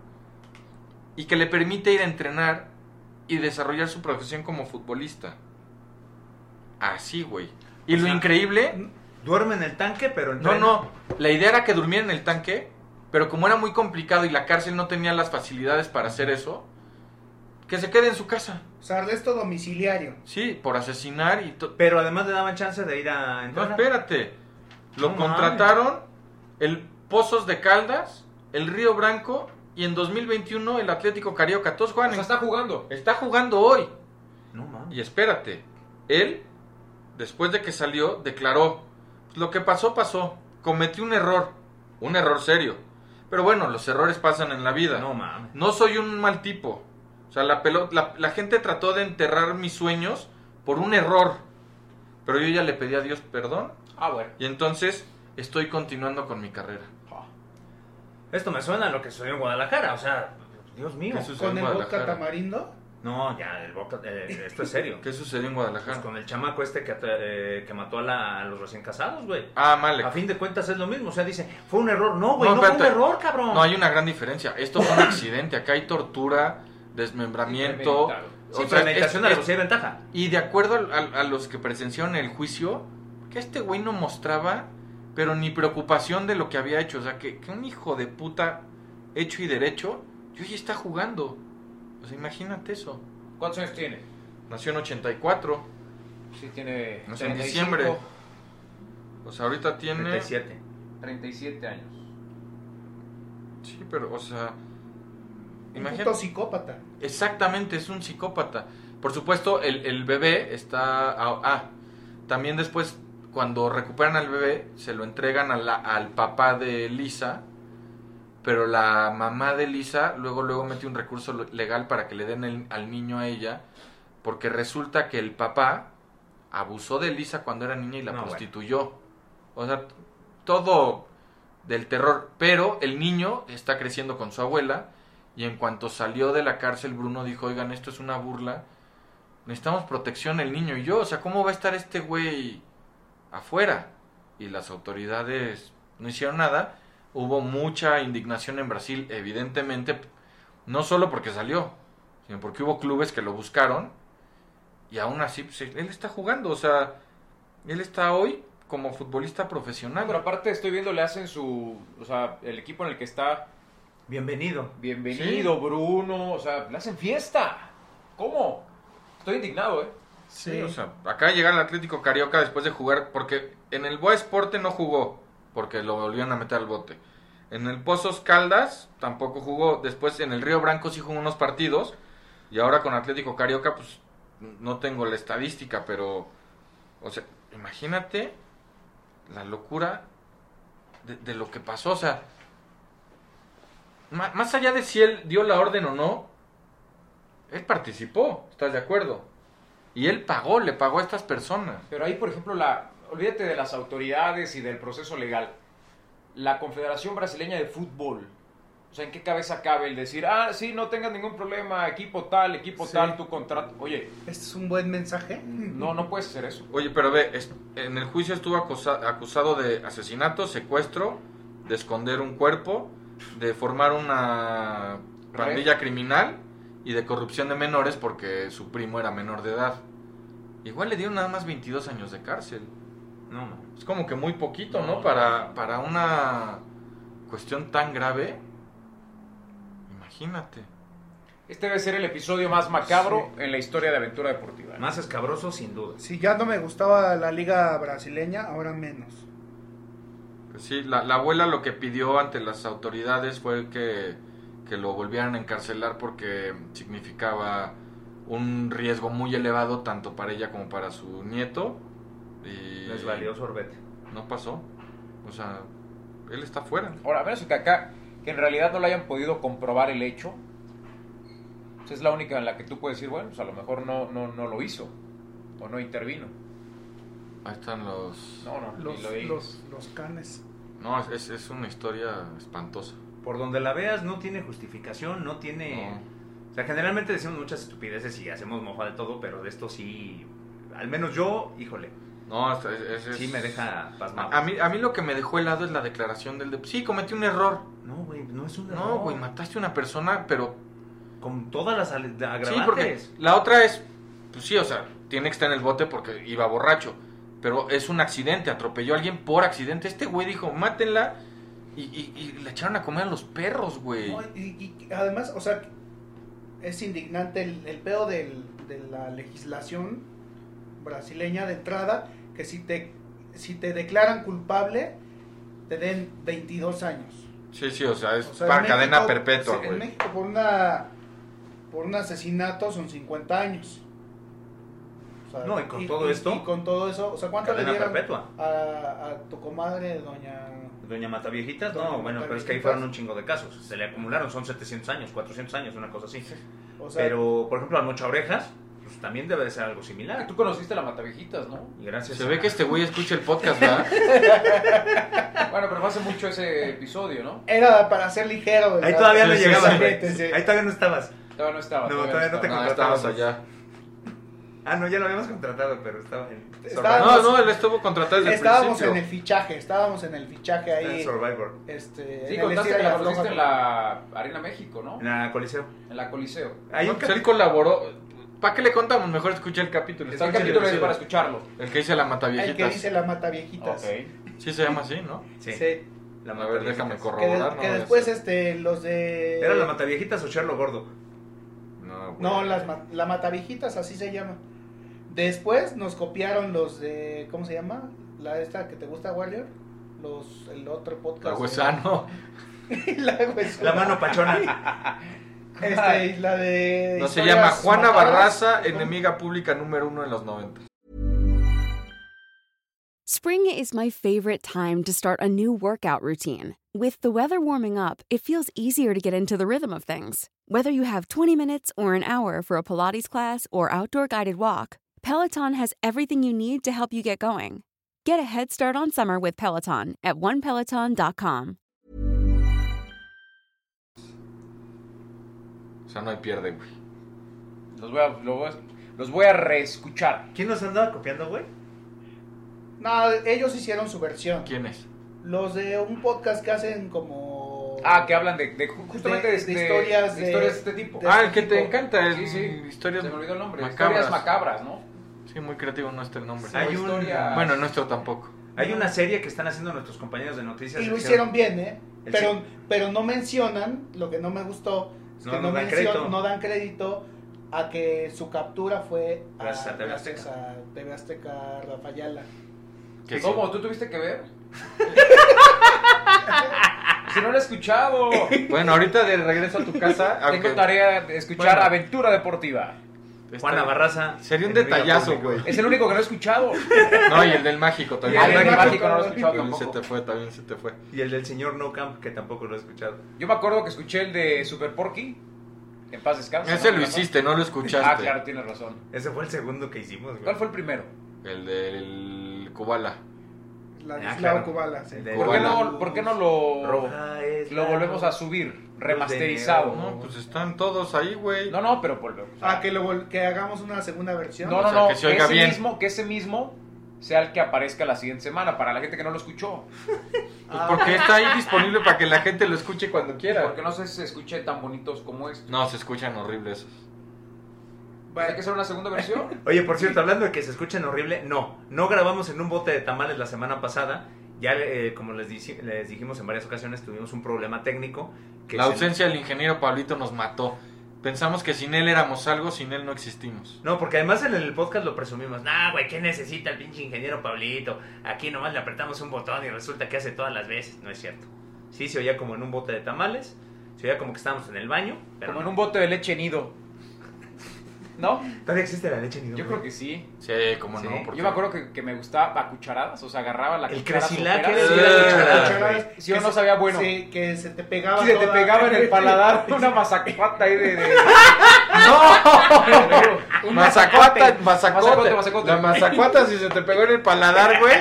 y que le permite ir a entrenar y desarrollar su profesión como futbolista. Así, güey. Y O lo sea, increíble Duerme en el tanque, pero no, entrena. no. La idea era que durmiera en el tanque, pero como era muy complicado y la cárcel no tenía las facilidades para hacer eso, que se quede en su casa. O sea, arresto domiciliario. Sí, por asesinar y todo. Pero además le daban chance de ir a No, entrenar. espérate. Lo No contrataron el Pozos de Caldas, el Río Branco y en 2021 el Atlético Carioca. Todos O juegan. en- sea, está jugando. Está jugando hoy. No mames. Y espérate, él, después de que salió, declaró, lo que pasó pasó, cometí un error, un error serio. Pero bueno, los errores pasan en la vida. No No, mames. soy un mal tipo. O sea, la, pelo- la, la gente trató de enterrar mis sueños por un error. Pero yo ya le pedí a Dios perdón Ah, bueno. y entonces estoy continuando con mi carrera. Esto me suena a lo que sucedió en Guadalajara. O sea, Dios mío. ¿Qué sucedió Con en el vodka Guadalajara? tamarindo. No, ya, el boca. eh, esto es serio. [LAUGHS] ¿Qué sucedió en Pues Guadalajara? con el chamaco este que, eh, que mató a, la- a los recién casados, güey. Ah, A Malek. fin de cuentas es lo mismo. O sea, dice, fue un error. No, güey, no, fue un espérate. error, cabrón. No, hay una gran diferencia. Esto fue un accidente. Acá hay tortura, desmembramiento. Premeditado. O Sí, sea, premeditación es- de la es- velocidad de ventaja. y de acuerdo al- al- a, los que presenciaron el juicio, que este güey no mostraba, pero ni preocupación de lo que había hecho. O sea, que, que un hijo de puta hecho y derecho, yo ya está jugando. O sea, imagínate eso. ¿Cuántos años tiene? Nació en 84. Sí, tiene. No sé, en 35, diciembre. O sea, ahorita tiene... 37. 37 años. Sí, pero, o sea... Un Imagínate. puto psicópata. Exactamente, es un psicópata. Por supuesto, el, el bebé está... Ah, ah, también después, cuando recuperan al bebé, se lo entregan a la- al papá de Lisa, pero la mamá de Lisa luego, luego mete un recurso lo- legal para que le den el- al niño a ella, porque resulta que el papá abusó de Lisa cuando era niña y la No, bueno. prostituyó. O sea, t- todo del terror, pero el niño está creciendo con su abuela y en cuanto salió de la cárcel Bruno dijo, oigan, esto es una burla, necesitamos protección el niño y yo, o sea, ¿cómo va a estar este güey afuera? Y las autoridades no hicieron nada, hubo mucha indignación en Brasil, evidentemente, no solo porque salió, sino porque hubo clubes que lo buscaron y aún así, pues, él está jugando, o sea, él está hoy como futbolista profesional. Pero aparte, estoy viendo, le hacen su. O sea, el equipo en el que está. Bienvenido. Bienvenido, Bruno. O sea, le hacen fiesta. ¿Cómo? Estoy indignado, ¿eh? Sí, o sea, acá llega el Atlético Carioca después de jugar, porque en el Boa Esporte no jugó, porque lo volvieron a meter al bote. En el Pozos Caldas tampoco jugó, después en el Río Branco sí jugó unos partidos, y ahora con Atlético Carioca, pues no tengo la estadística, pero, o sea, imagínate la locura de, de lo que pasó, o sea, ma- más allá de si él dio la orden o no, él participó, ¿estás de acuerdo? Y él pagó, le pagó a estas personas. Pero ahí, por ejemplo, la, olvídate de las autoridades y del proceso legal. La Confederación Brasileña de Fútbol. O sea, ¿en qué cabeza cabe el decir, ah, sí, no tengas ningún problema, equipo tal, equipo Sí. tal, tu contrato? Oye, Este es un buen mensaje. no, no puedes hacer eso. Oye, pero ve, es- en el juicio estuvo acusa- acusado de asesinato, secuestro, de esconder un cuerpo, de formar una pandilla criminal y de corrupción de menores porque su primo era menor de edad. Igual le dieron nada más 22 años de cárcel. No, no. Es como que muy poquito, ¿no? Para, para una cuestión tan grave. Imagínate. Este debe ser el episodio más macabro en la historia de Aventura Deportiva. Más escabroso, sin duda. Si ya no me gustaba la liga brasileña, ahora menos. Pues sí, la, la abuela lo que pidió ante las autoridades fue que, que lo volvieran a encarcelar porque significaba un riesgo muy elevado tanto para ella como para su nieto. Y Les valió sorbete. No pasó. O sea, él está fuera. Ahora, a menos que acá, que en realidad no le hayan podido comprobar el hecho, pues es la única en la que tú puedes decir, bueno, pues a lo mejor no, no, no lo hizo o no intervino. Ahí están los... No, no, ni Los, lo digas. los, los canes. No, es- es, es una historia espantosa. Por donde la veas, no tiene justificación, no tiene. O sea, generalmente decimos muchas estupideces y hacemos mofa de todo, pero de esto sí. Al menos yo, híjole, No, es, es- es- sí me deja pasmado. A, a mí, a mí lo que me dejó helado es la declaración del... De... Sí, cometí un error. No, güey, no es un No, error. güey, mataste a una persona, pero Con todas las ale- Sí, porque agravantes. la otra es, pues sí, o sea, tiene que estar en el bote porque iba borracho. Pero es un accidente, atropelló a alguien por accidente. Este güey dijo, mátenla. Y, y, y le echaron a comer a los perros, güey. No, y, y además, o sea, es indignante el, el pedo del- de la legislación brasileña de entrada, que si te, si te declaran culpable, te den 22 años. Sí, sí, o sea, es O sea, para en cadena México- perpetua, sí, En güey. México por una por un asesinato son 50 años. O sea, No, y con todo esto, Y con todo eso, o sea, ¿cuánto le Cadena dieron perpetua. a, a tu comadre doña Doña Mataviejitas, Doña no, bueno, pero es que ahí Mataviejitas. fueron un chingo de casos. Se le acumularon, son 700 años, 400 años, una cosa así. o sea, Pero, por ejemplo, al Mocha Orejas, pues también debe de ser algo similar. Tú conociste la Mataviejitas, ¿no? Y gracias. Se a- ve que este güey escucha el podcast, [LAUGHS] ¿verdad? Ah, Bueno, pero fue hace mucho ese episodio, ¿no? era para ser ligero. Ahí ¿verdad? todavía no Sí, sí, llegabas, sí, güey. sí, sí. Ahí todavía no estabas. Todavía no estaba. No, todavía no te No, contratamos. estabas allá. Ah, no, ya lo habíamos contratado, pero estaba en Estábamos- No, no, él estuvo contratado desde estábamos el en el principio. fichaje, estábamos en el fichaje en ahí. Survivor. Este, Sí, en el contaste estira que y la afloja. conociste en la Arena México, ¿no? En la Coliseo. En la Coliseo. Hay No, un pues él capítulo. colaboró. ¿Para qué le contamos? Mejor escucha el capítulo. Está el Escucha capítulo ahí episodio. para escucharlo. El que dice la mata El que dice la mata viejitas. Ok. Sí se llama así, ¿no? Sí, Sí. la A ver, déjame Mataviejitas. Que, de- corroborar. no que vaya a después ser. este los de ¿Era la Mataviejitas o Charlo Gordo? No, güey. No, las ma- la Matavijitas, así se llama. Después nos copiaron los de. ¿Cómo se llama? La esta que te gusta, Warrior. Los, el otro podcast. La de- Huesano. [LAUGHS] la Huesano. La mano pachona. Este, y la de. No se historias llama Juana macabras. Barraza, enemiga pública número uno en los 90. Spring is my favorite time to start a new workout routine. With the weather warming up, it feels easier to get into the rhythm of things. Whether you have 20 minutes or an hour for a Pilates class or outdoor guided walk, Peloton has everything you need to help you get going. Get a head start on summer with Peloton at onepeloton.com. O sea, no hay pierde, güey. Los voy a, los voy a- los voy a reescuchar. ¿Quién nos andaba copiando, güey? No, ellos hicieron su versión. ¿Quién es? Los de un podcast que hacen como. Ah, que hablan de, de ju- justamente De- de, este, de historias de de- historias de este tipo. de- ah, el que este te tipo. encanta, el Sí, sí. historias Se me olvidó el nombre. macabras. Historias macabras, ¿no? Sí, muy creativo no está el nombre. Pues, Hay un- historia- Bueno, el nuestro tampoco. Hay una serie que están haciendo nuestros compañeros de noticias. Y lo que hicieron bien, ¿eh? El Pero, sí. pero no mencionan, lo que no me gustó, es No, que no dan mencion- crédito. no dan crédito a que su captura fue Gracias a TV Azteca. gracias a TV Azteca Rafayala. Que sí. ¿Cómo? ¿Tú tuviste que ver? [LAUGHS] si no lo he [LAUGHS] escuchado. [LAUGHS] Bueno, ahorita de regreso a tu casa. aunque- este- Tengo tarea de escuchar Bueno. Aventura Deportiva. Juana Barraza. Sería un en Río detallazo, Público. güey. Es el único que no he escuchado. No, y el del mágico también. Y el del También mágico no lo he escuchado También Se tampoco. te fue, también se te fue. Y el del señor No Camp, que tampoco lo he escuchado. Yo me acuerdo que escuché el de Super Porky. En paz descansa. Ese Ah, ¿no? lo hiciste, no lo escuchaste. Ah, claro, tienes razón. Ese fue el segundo que hicimos, güey. ¿Cuál fue el primero? El del Kubala. La de Ah, Slavo claro. Kubala, sí. El de- ¿Por qué no, por qué no lo, Roja Ah, es lo la volvemos a luz. subir remasterizado? No, pues están todos ahí, güey. No, no, pero volvemos. Ah, que, lo vol- que hagamos una segunda versión. No, o no, sea, no. que se Que oiga ese bien. mismo, que ese mismo sea el que aparezca la siguiente semana para la gente que no lo escuchó. Ah, Pues porque está ahí disponible para que la gente lo escuche cuando quiera. Porque no sé si se escuche tan bonitos como este. No, se escuchan horribles esos. Hay que hacer una segunda [LAUGHS] versión. Oye, por cierto, hablando de que se escuchen horrible, no, no grabamos en un bote de tamales la semana pasada. Ya, eh, como les, dici- les dijimos en varias ocasiones, tuvimos un problema técnico. Que La se- ausencia del ingeniero Pablito nos mató. Pensamos que sin él éramos algo, sin él no existimos. No, porque además en el podcast lo presumimos. Nah, güey, ¿qué necesita el pinche ingeniero Pablito? Aquí nomás le apretamos un botón y resulta que hace todas las veces. No es cierto. Sí, se oía como en un bote de tamales. Se oía como que estábamos en el baño. Pero Como en no. un bote de leche nido. ¿No? ¿Todavía existe la leche nido? Yo creo que sí. Sí, como Sí. no. Yo me acuerdo que, que me gustaba a cucharadas, o sea, agarraba la El cuchara Cresilac sopera. era el de la cucharada. Cucharadas Sí, yo que no se- sabía bueno. Sí, que se te pegaba. Y se te toda- pegaba [LAUGHS] en el paladar [LAUGHS] una mazacuata ahí de. de- ¡No! Mazacuata, Mazacote, mazacote. mazacote. La mazacuata si se te pegó en el paladar, güey.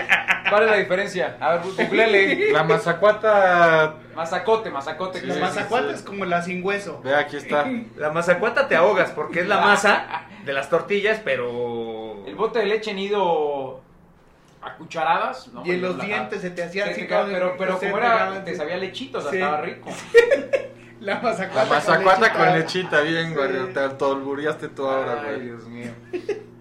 ¿Cuál es la diferencia? A ver, googlele. La mazacuata... Mazacote, mazacote. Sí, La claro. mazacuata es como la sin hueso. Ve, aquí está. La mazacuata te ahogas porque es [LAUGHS] la masa de las tortillas, pero... El bote de leche nido a cucharadas. No, Y en yo los la- dientes se te Sí, hacía así. te queda- como de- pero, pero se como pegaban era, así. te sabía lechitos, Sí. estaba rico. La La mazacuata. mazacuata con lechita, bien, güey. Sí. Te tolbureaste tú ahora, Ay, güey. Dios mío.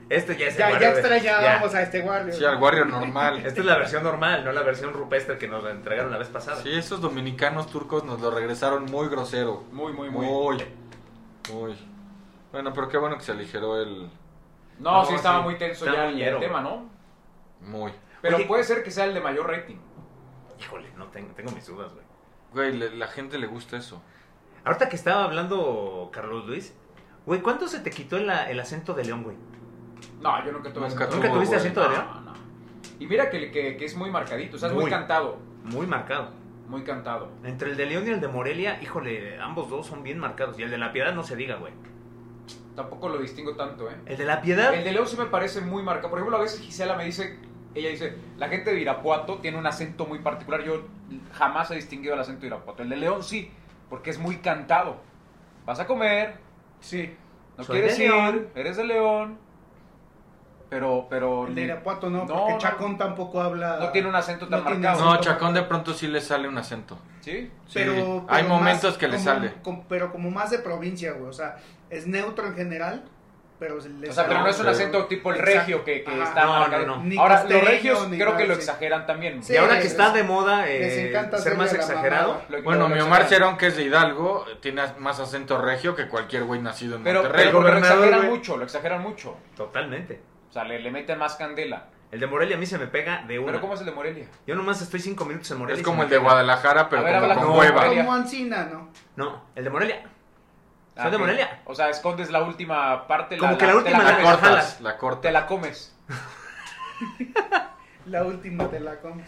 Este ya es el Ya, ya pues, Warrior. extrañábamos Ya. a este guardia. Sí, al Warrior normal. Esta es la versión normal, no la versión rupestre que nos la entregaron la vez pasada. Sí, esos dominicanos turcos nos lo regresaron muy grosero. Muy, muy, muy. Muy. Muy. Bueno, pero qué bueno que se aligeró el... No, No, sí estaba sí. muy tenso Estaba ya muy el, ñero. tema, ¿no? Muy. Pero Oye. puede ser que sea el de mayor rating. Híjole, no tengo, tengo mis dudas, güey. Güey, le- la gente le gusta eso. Ahorita que estaba hablando Carlos Luis, güey, ¿cuánto se te quitó el, el acento de León, güey? No, yo nunca tuve Nunca acento. ¿Nunca No, tuviste güey. acento de León? No, no. Y mira que, que, que es muy marcadito, o sea, es muy Muy. cantado. Muy marcado. Muy cantado. Entre el de León y el de Morelia, híjole, ambos dos son bien marcados. Y el de La Piedad no se diga, güey. Tampoco lo distingo tanto, ¿eh? El de La Piedad, El de Leo sí me parece muy marcado. Por ejemplo, a veces Gisela me dice, ella dice, la gente de Irapuato tiene un acento muy particular. Yo jamás he distinguido el acento de Irapuato. El de León sí, porque es muy cantado. Vas a comer, Sí. no Soy quieres de ir, León. eres de León. Pero, pero... El de Irapuato no, No, porque no. Chacón tampoco habla. No tiene un acento tan No tiene marcado. No, Chacón de pronto sí le sale un acento. ¿Sí? Sí, Pero, hay pero momentos más que le como- sale. com- pero como más de provincia, güey. O sea, es neutro en general, pero se le O sea, pero no es un pero- acento tipo el Exacto. regio que, que Ajá. está No, no, marcado. no. Ni Ahora, los costeño, regios ni creo nada, que lo sí. exageran también. Sí. y ahora que les- está de moda les eh, encanta ser más hacerle la exagerado, mamada. Lo- Bueno, lo mi Omar exageran. Cerón, que es de Hidalgo, tiene más acento regio que cualquier güey nacido en Pero, Monterrey. pero lo gobernador, exageran güey. mucho, lo exageran mucho. totalmente. O sea, le, le meten más candela. El de Morelia a mí se me pega de una. ¿Pero cómo es el de Morelia? Yo nomás estoy cinco minutos en Morelia. es y como se el me de pega. Guadalajara, pero A ver, como habla con como hueva. Morelia. Como Ancina, ¿no? No, el de Morelia. Soy Ah, de ok. Morelia. O sea, escondes la última parte. Como que la te última La comes. cortas, la Te cortas. la comes. La última te la comes.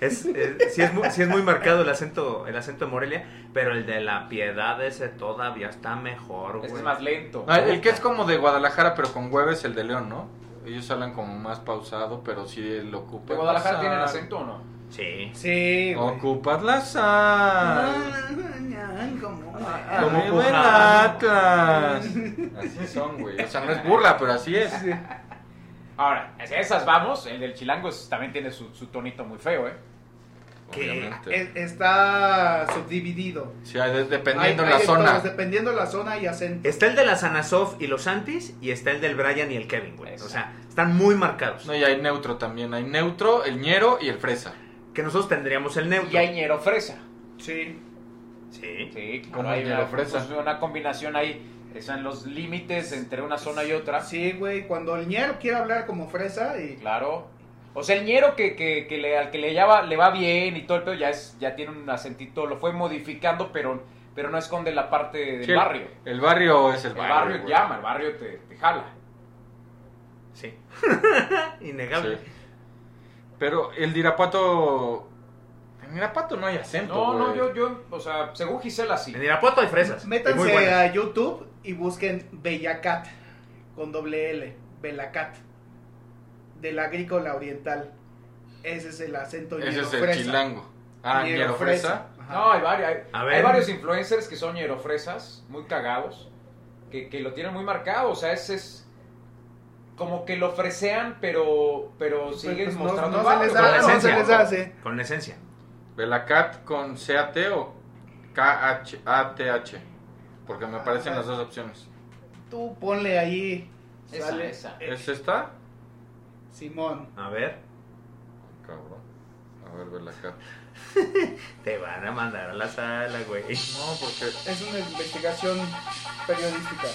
Es, es- sí, es muy, sí es muy marcado el acento, el acento de Morelia, pero el de la piedad ese todavía está mejor, güey. Este es más lento. Ah, el que es como de Guadalajara, pero con hueva es el de León, ¿no? Ellos hablan como más pausado, pero sí lo ocupan. ¿De Guadalajara la tienen sal. acento o no? Sí. Sí, güey. Ocupas la Ah, Ah, sal. Ay, como- Ah, Como Arriba el el Atlas. Así son, güey. O sea, no es burla, pero así es. Ahora, hacia esas vamos. El del chilango es- también tiene su, su tonito muy feo, ¿eh? Obviamente. Es- eh, está subdividido. Sí, hay de- dependiendo Hay- la hay de zona. todos, dependiendo la zona y acento. Está el de la Sanasov y los Santis, y está el del Brian y el Kevin, güey. O Exacto. sea, están muy marcados. No, y hay neutro también. Hay neutro, el ñero y el fresa. Que nosotros tendríamos el neutro. Y hay ñero fresa. Sí. Sí. Sí, claro. Como Hay ñero una, fresa. pues, una combinación ahí. Están los límites entre una zona y otra. Sí, güey. Cuando el ñero quiere hablar como fresa y. Claro. O sea, el ñero que, que, que le, al que le, ya va- le va bien y todo el pedo ya, es, ya tiene un acentito, lo fue modificando, pero, pero no esconde la parte del Sí, el- barrio. El barrio es el, El barrio güey. llama, el barrio te, te jala. Sí. Innegable. Sí. Pero el de Irapuato. En Irapuato no hay acento. No, no, güey. yo, yo, o sea, según Gisela sí. En Irapuato hay fresas. y muy Métanse buenas. a YouTube y busquen Bellacat con doble L, Belacat, del agrícola oriental. Ese es el acento Ese es el ñerofresa. chilango. Ah, Ñero ñero fresa. Ajá. No, pues hay varios, hay, A hay ver. varios influencers que son hierofresas, muy cagados, que, que lo tienen muy marcado, o sea, es, es como que lo fresean, pero, pero siguen pues no- mostrando no el se les barrio, da, ¿no? no O sea, se les hace. Con la esencia. Belacat con CAT o KHATH. Porque me aparecen Ah, las dos opciones. Tú ponle ahí. Esa, sale. esa. ¿Es esta? Simón. A ver, Cabrón. A ver, Belacat. te van a mandar a la sala, güey. No, porque. Es una investigación periodística.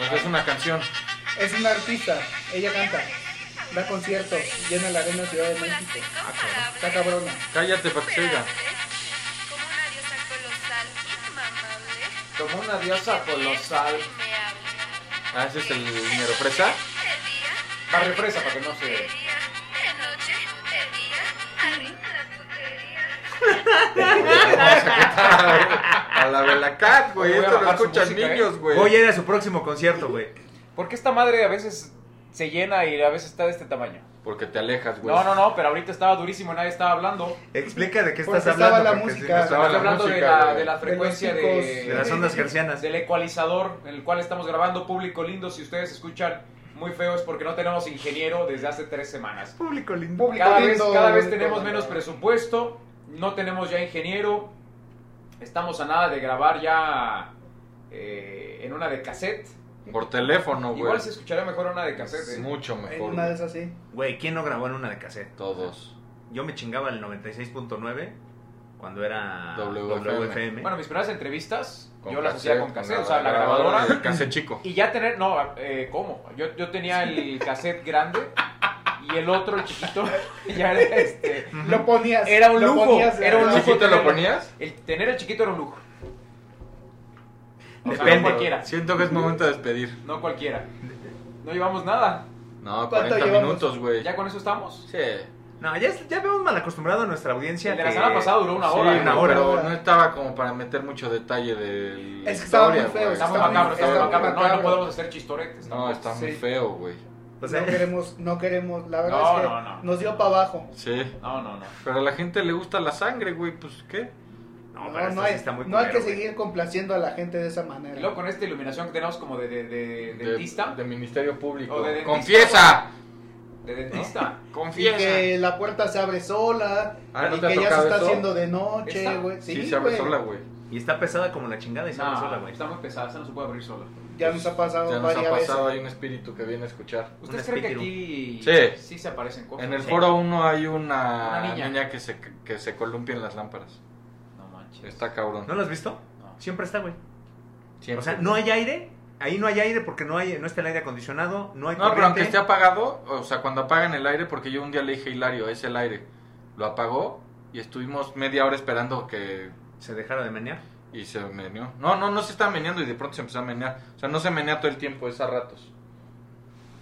o sea, es una canción. Es una artista. Ella canta. Da conciertos. Llena la arena Ciudad de México. Ah, Está cabrona. Cállate para que se oiga. Como una diosa colosal, Como inmamable. una diosa colosal. Me habla. Ah, ese es el ñero fresa. De día, Barrio fresa para que no se... día, de noche, de día, arriba la putería. A la Belacat, güey. Voy a Esto lo bajar su escuchan música, ¿eh? niños, güey. Voy a ir a su próximo concierto, güey. Porque esta madre a veces se llena y a veces está de este tamaño. Porque te alejas, Pues- güey. No, no, no, pero ahorita estaba durísimo, nadie estaba hablando. Explica de qué Porque estás estaba hablando. la porque música. no Estaba Estamos la hablando de, música, la, güey. de la De los frecuencia de, picos. De las ondas gercianas. del ecualizador en el cual estamos grabando. Público lindo, si ustedes escuchan muy feo es porque no tenemos ingeniero desde hace tres semanas. Público lindo. Público Cada vez, lindo, cada vez bonito, tenemos bonito. menos presupuesto, no tenemos ya ingeniero, estamos a nada de grabar ya eh, en una de cassette. Por teléfono, Oh, güey. Igual se escucharía mejor una de cassette. ¿eh? Mucho En mejor. una de güey. esas sí. Güey, ¿quién no grabó en una de cassette? Todos. Yo me chingaba el 96.9 cuando era WFM. WFM. Bueno, mis primeras entrevistas Con yo las cassette, hacía con cassette, o sea, la y grabadora. El cassette chico. Y ya tener, no, eh, ¿cómo? Yo, yo tenía el cassette grande y el otro, el chiquito, [LAUGHS] ya era este. Lo ponías. Era un lo lujo, ponías, era un ¿verdad? lujo. ¿Chiquito lo tenerlo. ponías? El tener el chiquito era un lujo. O sea, no Depende. cualquiera. Siento que es momento de despedir. No cualquiera. No llevamos nada. No, ¿Cuánto 40 llevamos? minutos, güey. ¿Ya con eso estamos? Sí. No, ya, es- ya vemos mal acostumbrado a nuestra audiencia. El de la que- semana pasada duró una Sí, hora. güey, una hora. Pero no estaba como para meter mucho detalle del. Es que estaba muy feo, Pues Está muy Está muy- macabro, está muy está muy macabro. No, no macabro. podemos hacer chistoretes. No, tampoco. está muy Sí. feo, güey. O sea, no queremos, no queremos. La verdad No, es que no, no. nos dio para abajo. Sí. No, no, no. Pero a la gente le gusta la sangre, güey. Pues qué. no, [LAUGHS] No, pero esto no sí hay, está muy no hay culero, que güey. seguir complaciendo a la gente de esa manera. Y luego con esta iluminación que tenemos como de, de, de De- dentista. De De, Ministerio Público. O de dentista. ¡Confiesa! dentista. [LAUGHS] y ¡Confiesa! que la puerta se abre sola. Ah, ¿no y te ha que ya se tocado está eso? haciendo de ¿Esta? noche, güey. Sí, se abre güey. sola, güey. Y está pesada como la chingada y se abre No, sola, güey. está muy pesada, esa no se puede abrir sola. Ya nos ha pasado Pues, Ya nos ha varias pasado, veces. hay un espíritu que viene a escuchar. ¿Ustedes Un creen que espíritu. aquí Sí. se aparecen cosas? En el Sí. foro 1 hay Una una, niña. niña, que, se, que se columpia en las lámparas. No manches. Está cabrón. ¿No lo has visto? No. Siempre está, güey. Siempre. O sea, no hay aire. Ahí no hay aire porque no hay no está el aire acondicionado, no hay No, pero aunque corriente. esté apagado, o sea, cuando apagan el aire, porque yo un día le dije a Hilario, es el aire. Lo apagó y estuvimos media hora esperando que. se dejara de menear. Y se meneó. No, no, no se está meneando y de pronto se empezó a menear. O sea, no se menea todo el tiempo, es a ratos.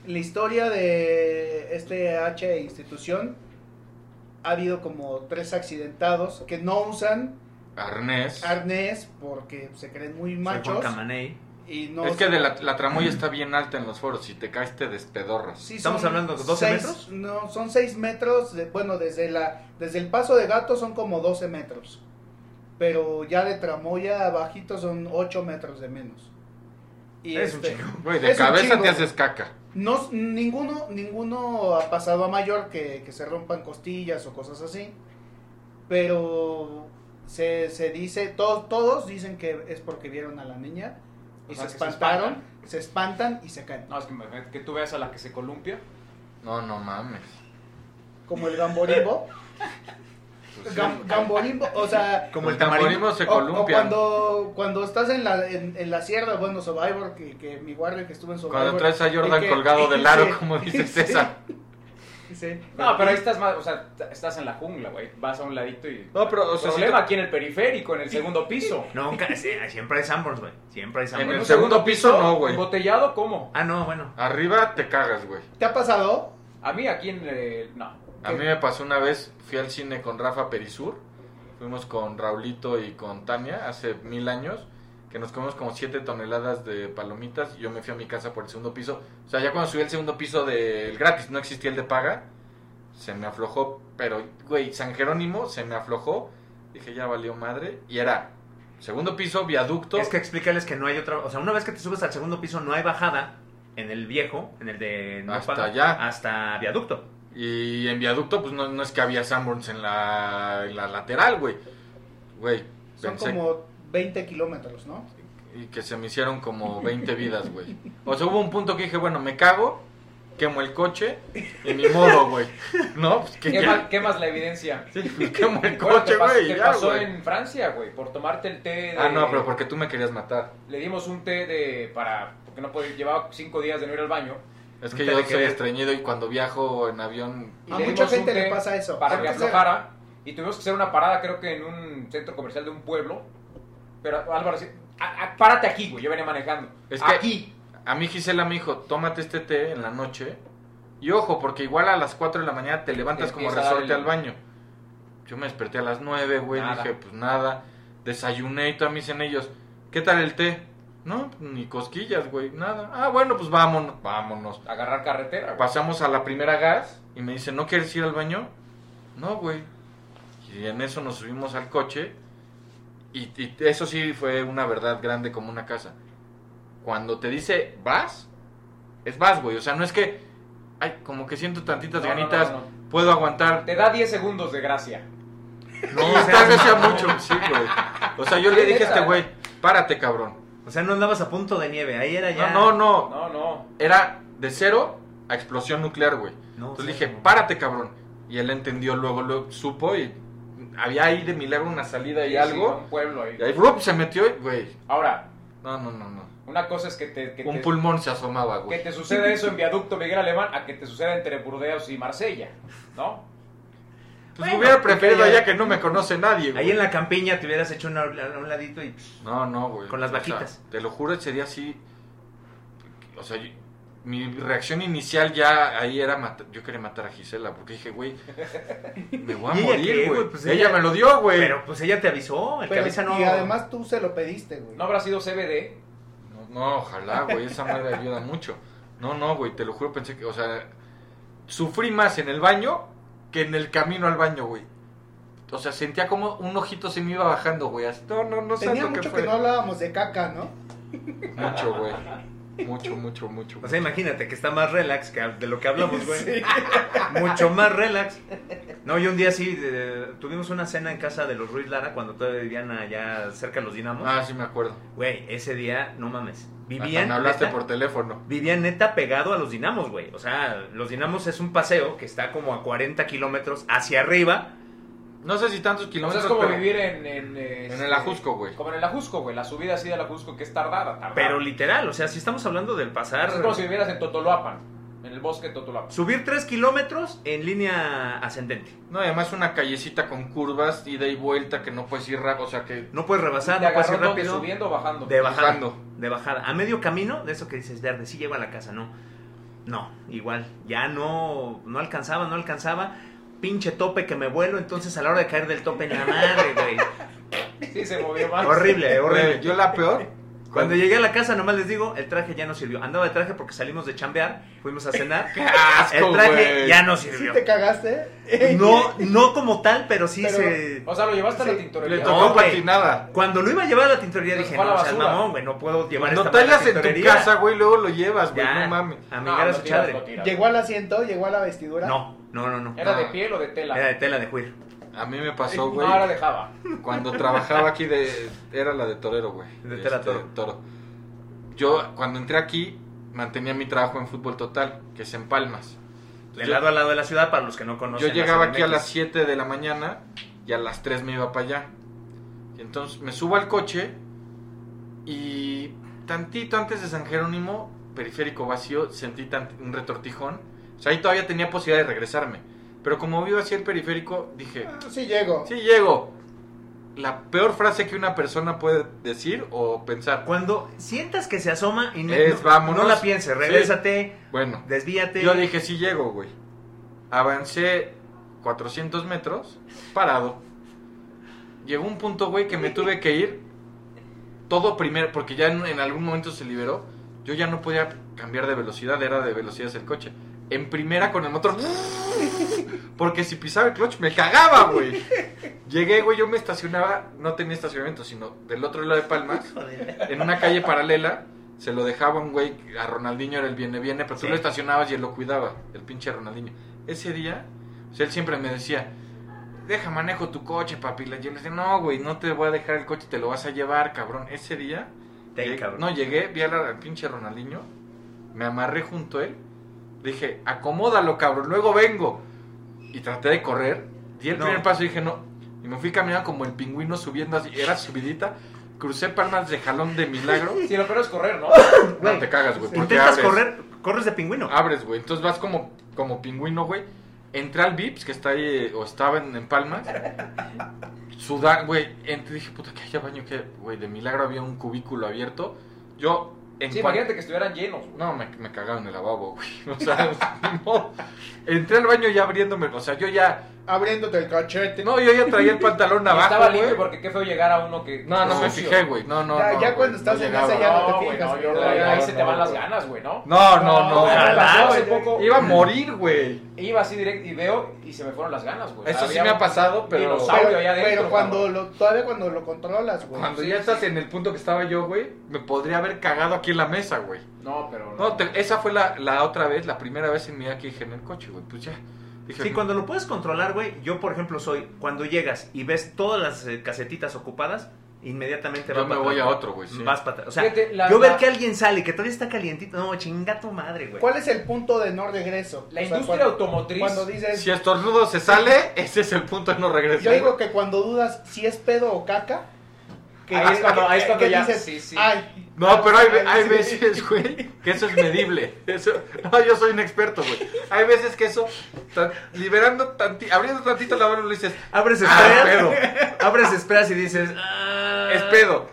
La historia de este H institución ha habido como tres accidentados que no usan Arnés. arnés porque se creen muy Soy Juan machos Camaney. y no es que de la, la tramoya está bien alta en los foros. Si te caes, te despedorras. Sí, ¿Estamos son hablando de 12 seis- metros? No, son 6 metros. de- bueno, desde, la, desde el paso de gato son como 12 metros. Pero ya de tramoya abajito son 8 metros de menos. Y Es un este, chingo. Güey, de Es un cabeza chingo. te haces caca. no, ninguno, ninguno ha pasado a mayor que, que se rompan costillas o cosas así. Pero se, se dice, todos, todos dicen que es porque vieron a la niña O y sea, se que se espantaron, se espantan y se caen. No, es que, me- que tú veas a la que se columpia. No, no mames. Como el gamborimbo. Pues sí. Gam- gamborimbo, o sea, Como el Los tamarindo. tamborimos se o- o, columpian. cuando, cuando, cuando estás en la, en, en la sierra, bueno, Survivor, que, que mi guardia que estuvo en Survivor. traes a y Jordan que- colgado del aro, [LAUGHS] sí, como dice sí, César. Sí, dice. No, pero ahí estás más, o sea, t- estás en la jungla, güey. Vas a un ladito y. No, pero, o sea, problema si te- aquí en el periférico, en el segundo [LAUGHS] piso. No, nunca- se- siempre hay Sanborns, güey. Siempre hay En el Sanborns. segundo piso, no, güey. ¿Botellado cómo? Ah, no, bueno. Arriba te cagas, güey. ¿Te ha pasado? A mí aquí en el. No. A mí me pasó una vez, fui al cine con Rafa Perisur, fuimos con Raulito y con Tania hace mil años, que nos comimos como 7 toneladas de palomitas, y yo me fui a mi casa por el segundo piso, o sea, ya cuando subí al segundo piso del gratis, no existía el de paga, se me aflojó, pero, güey, San Jerónimo se me aflojó, dije, ya valió madre, y era segundo piso, viaducto, Es que explícales que no hay otra. O sea, una vez que te subes al segundo piso, no hay bajada en el viejo, en el de. no Hasta paga, allá. Hasta viaducto. y en viaducto, pues no, no es que había Sanborns en la, en la lateral, güey, güey, Son pensé- como 20 kilómetros, ¿no? Y que se me hicieron como 20 vidas, güey. O sea, hubo un punto que dije, bueno, me cago, quemo el coche y ni modo, güey. ¿No? Pues que ¿Qué, ya- más, qué más la evidencia? [LAUGHS] Sí, pues quemo el [LAUGHS] Bueno, coche, te pas- güey. Te ya, pasó güey. en eh? Francia, güey, por tomarte el té de... Ah, no, pero porque tú me querías matar. Le dimos un té de... para... porque no podía... llevaba cinco días de no ir al baño. Es que Te yo dejé soy de- estreñido y cuando viajo en avión... Y A le mucha dimos un gente le té pasa eso. Para Sí, que sí. aflojara. Y tuvimos que hacer una parada, creo que en un centro comercial de un pueblo. Pero Álvaro, sí, a- a- párate aquí, güey, yo venía manejando. Es que Aquí. a mí Gisela me dijo, tómate este té en la noche. Y ojo, porque igual a las 4 de la mañana te levantas Te como empieza a dar resorte el- al baño. Yo me desperté a las 9, güey. Nada. Dije, pues nada. Desayuné y todo me dicen ellos, ¿qué tal el té? No, ni cosquillas, güey, nada. Ah, bueno, pues vámonos, vámonos. Agarrar carretera, güey. Pasamos a la primera gas y me dicen, ¿no quieres ir al baño? No, güey. Y en eso nos subimos al coche. Y, y eso sí fue una verdad grande como una casa. Cuando te dice vas, es vas, güey. O sea, no es que, ay, como que siento tantitas No, no, ganitas, no, no. puedo [LAUGHS] aguantar. Te da 10 segundos de gracia. No, tal vez sea mucho, sí, güey. O sea, yo le dije a este Neta. güey, párate, cabrón. O sea, no andabas a punto de nieve. Ahí era ya. No, no, no. No, no. Era de cero a explosión nuclear, güey. No, Entonces sí, le dije, no. párate, cabrón. Y él entendió luego, lo supo y había ahí de milagro una salida y Sí, algo. sí, un pueblo ahí. Y ahí, ¡rup! se metió y, güey. Ahora, No, no, no, no. una cosa es que te... que Un te- pulmón se asomaba, Que güey. te suceda eso en Viaducto Miguel Alemán a que te suceda entre Burdeos y Marsella, ¿no? Pues Bueno, hubiera preferido porque ya- allá que no me conoce nadie, güey. Ahí en la campiña te hubieras hecho una- a un ladito y. pss, No, no, güey. Con las O sea, vaquitas. te lo juro, ese día sí. O sea, yo- mi reacción inicial ya ahí era mata- yo quería matar a Gisela porque dije, güey, me voy [LAUGHS] ¿Y ella a qué, morir, güey? güey. Pues ella, ella- me lo dio, güey. Pero pues ella te avisó. El que Pero- avisa no. Y además tú se lo pediste, güey. No habrá sido CBD. No, no, ojalá, güey, esa madre ayuda mucho. No, no, güey, te lo juro, pensé que, o sea, sufrí más en el baño que en el camino al baño, güey. O sea, sentía como un ojito se me iba bajando, güey. así, No, no, no sabes Tenía lo que mucho fue. que no hablábamos de caca, ¿no? Mucho, güey. Mucho, mucho, mucho. O sea, imagínate que está más relax que de lo que hablamos, güey. [LAUGHS] Sí. [LAUGHS] Mucho más relax. No, yo un día sí eh, tuvimos una cena en casa de los Ruiz Lara cuando todavía vivían allá cerca de los Dinamos. ah, sí me acuerdo. Güey, ese día, no mames. Hasta Vivían. me hablaste neta, por teléfono. Vivían neta pegado a los Dinamos, güey. O sea, los Dinamos es un paseo que está como a 40 kilómetros hacia arriba. No sé si O tantos sea, kilómetros, es como pero vivir en... En, eh, en este, el Ajusco, güey. Como en el Ajusco, güey. La subida así del Ajusco que es tardada, tardada. Pero literal, o sea, si estamos hablando del pasar. es como si vivieras en Totolapan, en el bosque de Totolapan. Subir 3 kilómetros en línea ascendente. No, y además una callecita con curvas, ida y vuelta, que no puedes ir rápido, o sea, que... No puedes rebasar, ¿Te no puedes agarró ir dónde, rápido. subiendo o bajando? De bajada. Bajando. De bajada. A medio camino, de eso que dices, verde, sí llego a la casa, no. No, igual. Ya no, no alcanzaba, no alcanzaba. Pinche tope que me vuelo, entonces a la hora de caer del tope, en la madre, güey. [LAUGHS] Sí, se movió más. horrible, Güey, horrible. Yo la peor. Cuando llegué a la casa, nomás les digo, el traje ya no sirvió. Andaba de traje porque salimos de chambear, fuimos a cenar. asco, el traje güey. ya no ¿Sí sirvió. te cagaste? No, no como tal, pero sí Pero- se. O sea, lo llevaste a la Sí. Le No, tintorería. tocó güey. patinada. Cuando lo iba a llevar a la tintorería Pues dije, fue a no, la o sea, basura. mamón, güey, no puedo llevar No esta madre a la tallas en tu tintorería. casa, güey, luego lo llevas, güey, Ya, no mames. A No, era lo su tiras, chadre. lo tiras. ¿Llegó al asiento? ¿Llegó a la vestidura? No, no, no, no. ¿Era de Ah. piel o de tela? Era de tela de cuir. A mí me [LAUGHS] pasó, güey, No, era de Java. cuando trabajaba aquí de... Era la de torero, güey. Este, De tela toro. Yo, cuando entré aquí, mantenía mi trabajo en fútbol total, que es en Palmas. De Yo- lado a lado de la ciudad, para los que no conocen. la Yo llegaba CDMX. aquí a las 7 de la mañana y a las 3 me iba para allá. Y entonces me subo al coche y tantito antes de San Jerónimo, periférico vacío, sentí tant- un retortijón O sea, ahí todavía tenía posibilidad de regresarme. Pero como vivo hacia el periférico, dije, Ah, Sí llego. sí llego. La peor frase que una persona puede decir o pensar. Cuando sientas que se asoma, y Es, vámonos. no la pienses, Sí. regrésate, Bueno, desvíate. yo dije, sí llego, güey. Avancé 400 metros, parado. Llegó un punto, güey, que me tuve que ir todo primero, porque ya en, en algún momento se liberó. Yo ya no podía cambiar de velocidad, era de velocidades el coche. En primera con el motor. Porque si pisaba el clutch me cagaba, güey. Llegué, güey, yo me estacionaba, no tenía estacionamiento, sino del otro lado de Palmas en una calle paralela se lo dejaba un güey, a Ronaldinho era el viene viene, pero tú Sí. lo estacionabas y él lo cuidaba, el pinche Ronaldinho. Ese día, o sea, él siempre me decía, deja manejo tu coche, papi. Y yo le decía, no, güey, no te voy a dejar el coche, te lo vas a llevar, cabrón. Ese día, Te- llegué- cabrón. "Eh, no llegué, vi al, al pinche Ronaldinho, me amarré junto a él, dije, acomódalo, cabrón, luego vengo. Y traté de correr, di el No. primer paso y dije, no. Y me fui caminando como el pingüino subiendo, así, era subidita. Crucé palmas de jalón [LAUGHS] de milagro. Si lo peor es correr, [COUGHS] ¿no? No te cagas, güey. Porque Intentas abres, Ah, correr, corres de pingüino. abres, güey. Entonces vas como, como pingüino, güey. Entré al Vips, que está ahí, eh, o estaba en, en Palmas. Sudar, güey. Entré y dije, puta, que haya baño, que, güey, de milagro había un cubículo abierto. Yo, en Sí, cuan- imagínate que estuvieran llenos, güey. No, me, me cagaba en el lavabo, güey. [LAUGHS] O sea, ni modo. Entré al baño ya abriéndome. O sea, yo ya. Abriéndote el cachete. No, yo ya traía el pantalón Y abajo. estaba güey. limpio porque qué feo llegar a uno que. No, no me sucio. fijé, güey. No, no. no, Ya- ya güey, cuando estás en llegaba. esa ya no te No, güey, no, fijas, yo güey. ahí No, se te van no, las güey. ganas, güey, ¿no? No, no, no. No, Me güey. pasó hace güey. poco. Iba a morir, güey. Iba así directo y veo y se me fueron las ganas, güey. Eso sí Pues Había me ha un pasado, pero dinosaurio Pero, allá adentro, pero cuando cabrón. lo, todavía cuando lo controlas, güey. cuando ya estás en el punto que estaba yo, güey, me podría haber cagado aquí en la mesa, güey. No, pero. No, te- esa fue la, la otra vez, la primera vez en mi vida que dije en el coche, güey. Pues ya. Dije, Sí, no. cuando lo puedes controlar, güey. Yo, por ejemplo, soy cuando llegas y ves todas las eh, casetitas ocupadas, inmediatamente Yo vas me para voy atrás, a otro, güey, sí. Vas para atrás. O sea, Fíjate, la- yo ver la- que alguien sale que todavía está calientito, no, chinga tu madre, güey. ¿Cuál es el punto de no regreso? La O sea, industria cuando- automotriz. Cuando dices, Si estornudo se sale, ese es el punto de no regreso. yo digo que cuando dudas si es pedo o caca, que Ahí es cuando- ahí es que- cuando que ya- dices, sí, sí. ay. No, pero hay, ve- ay, hay sí. [LAUGHS] veces, güey, que eso es medible. Eso, no, yo soy un experto, güey. Hay veces que eso, tan- liberando tantito, abriendo tantito la mano, le dices, Abres Ah, esperas, [LAUGHS] abres esperas y dices, "Ah". es pedo.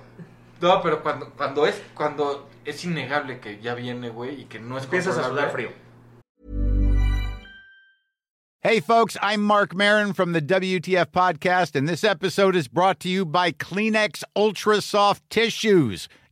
No, pero cuando, cuando es, cuando es innegable que ya viene, güey, y que no es Empiezas a sudar controlable, frío. Hey, folks, I'm Mark Marin from the WTF Podcast, and this episode is brought to you by Kleenex Ultra Soft Tissues,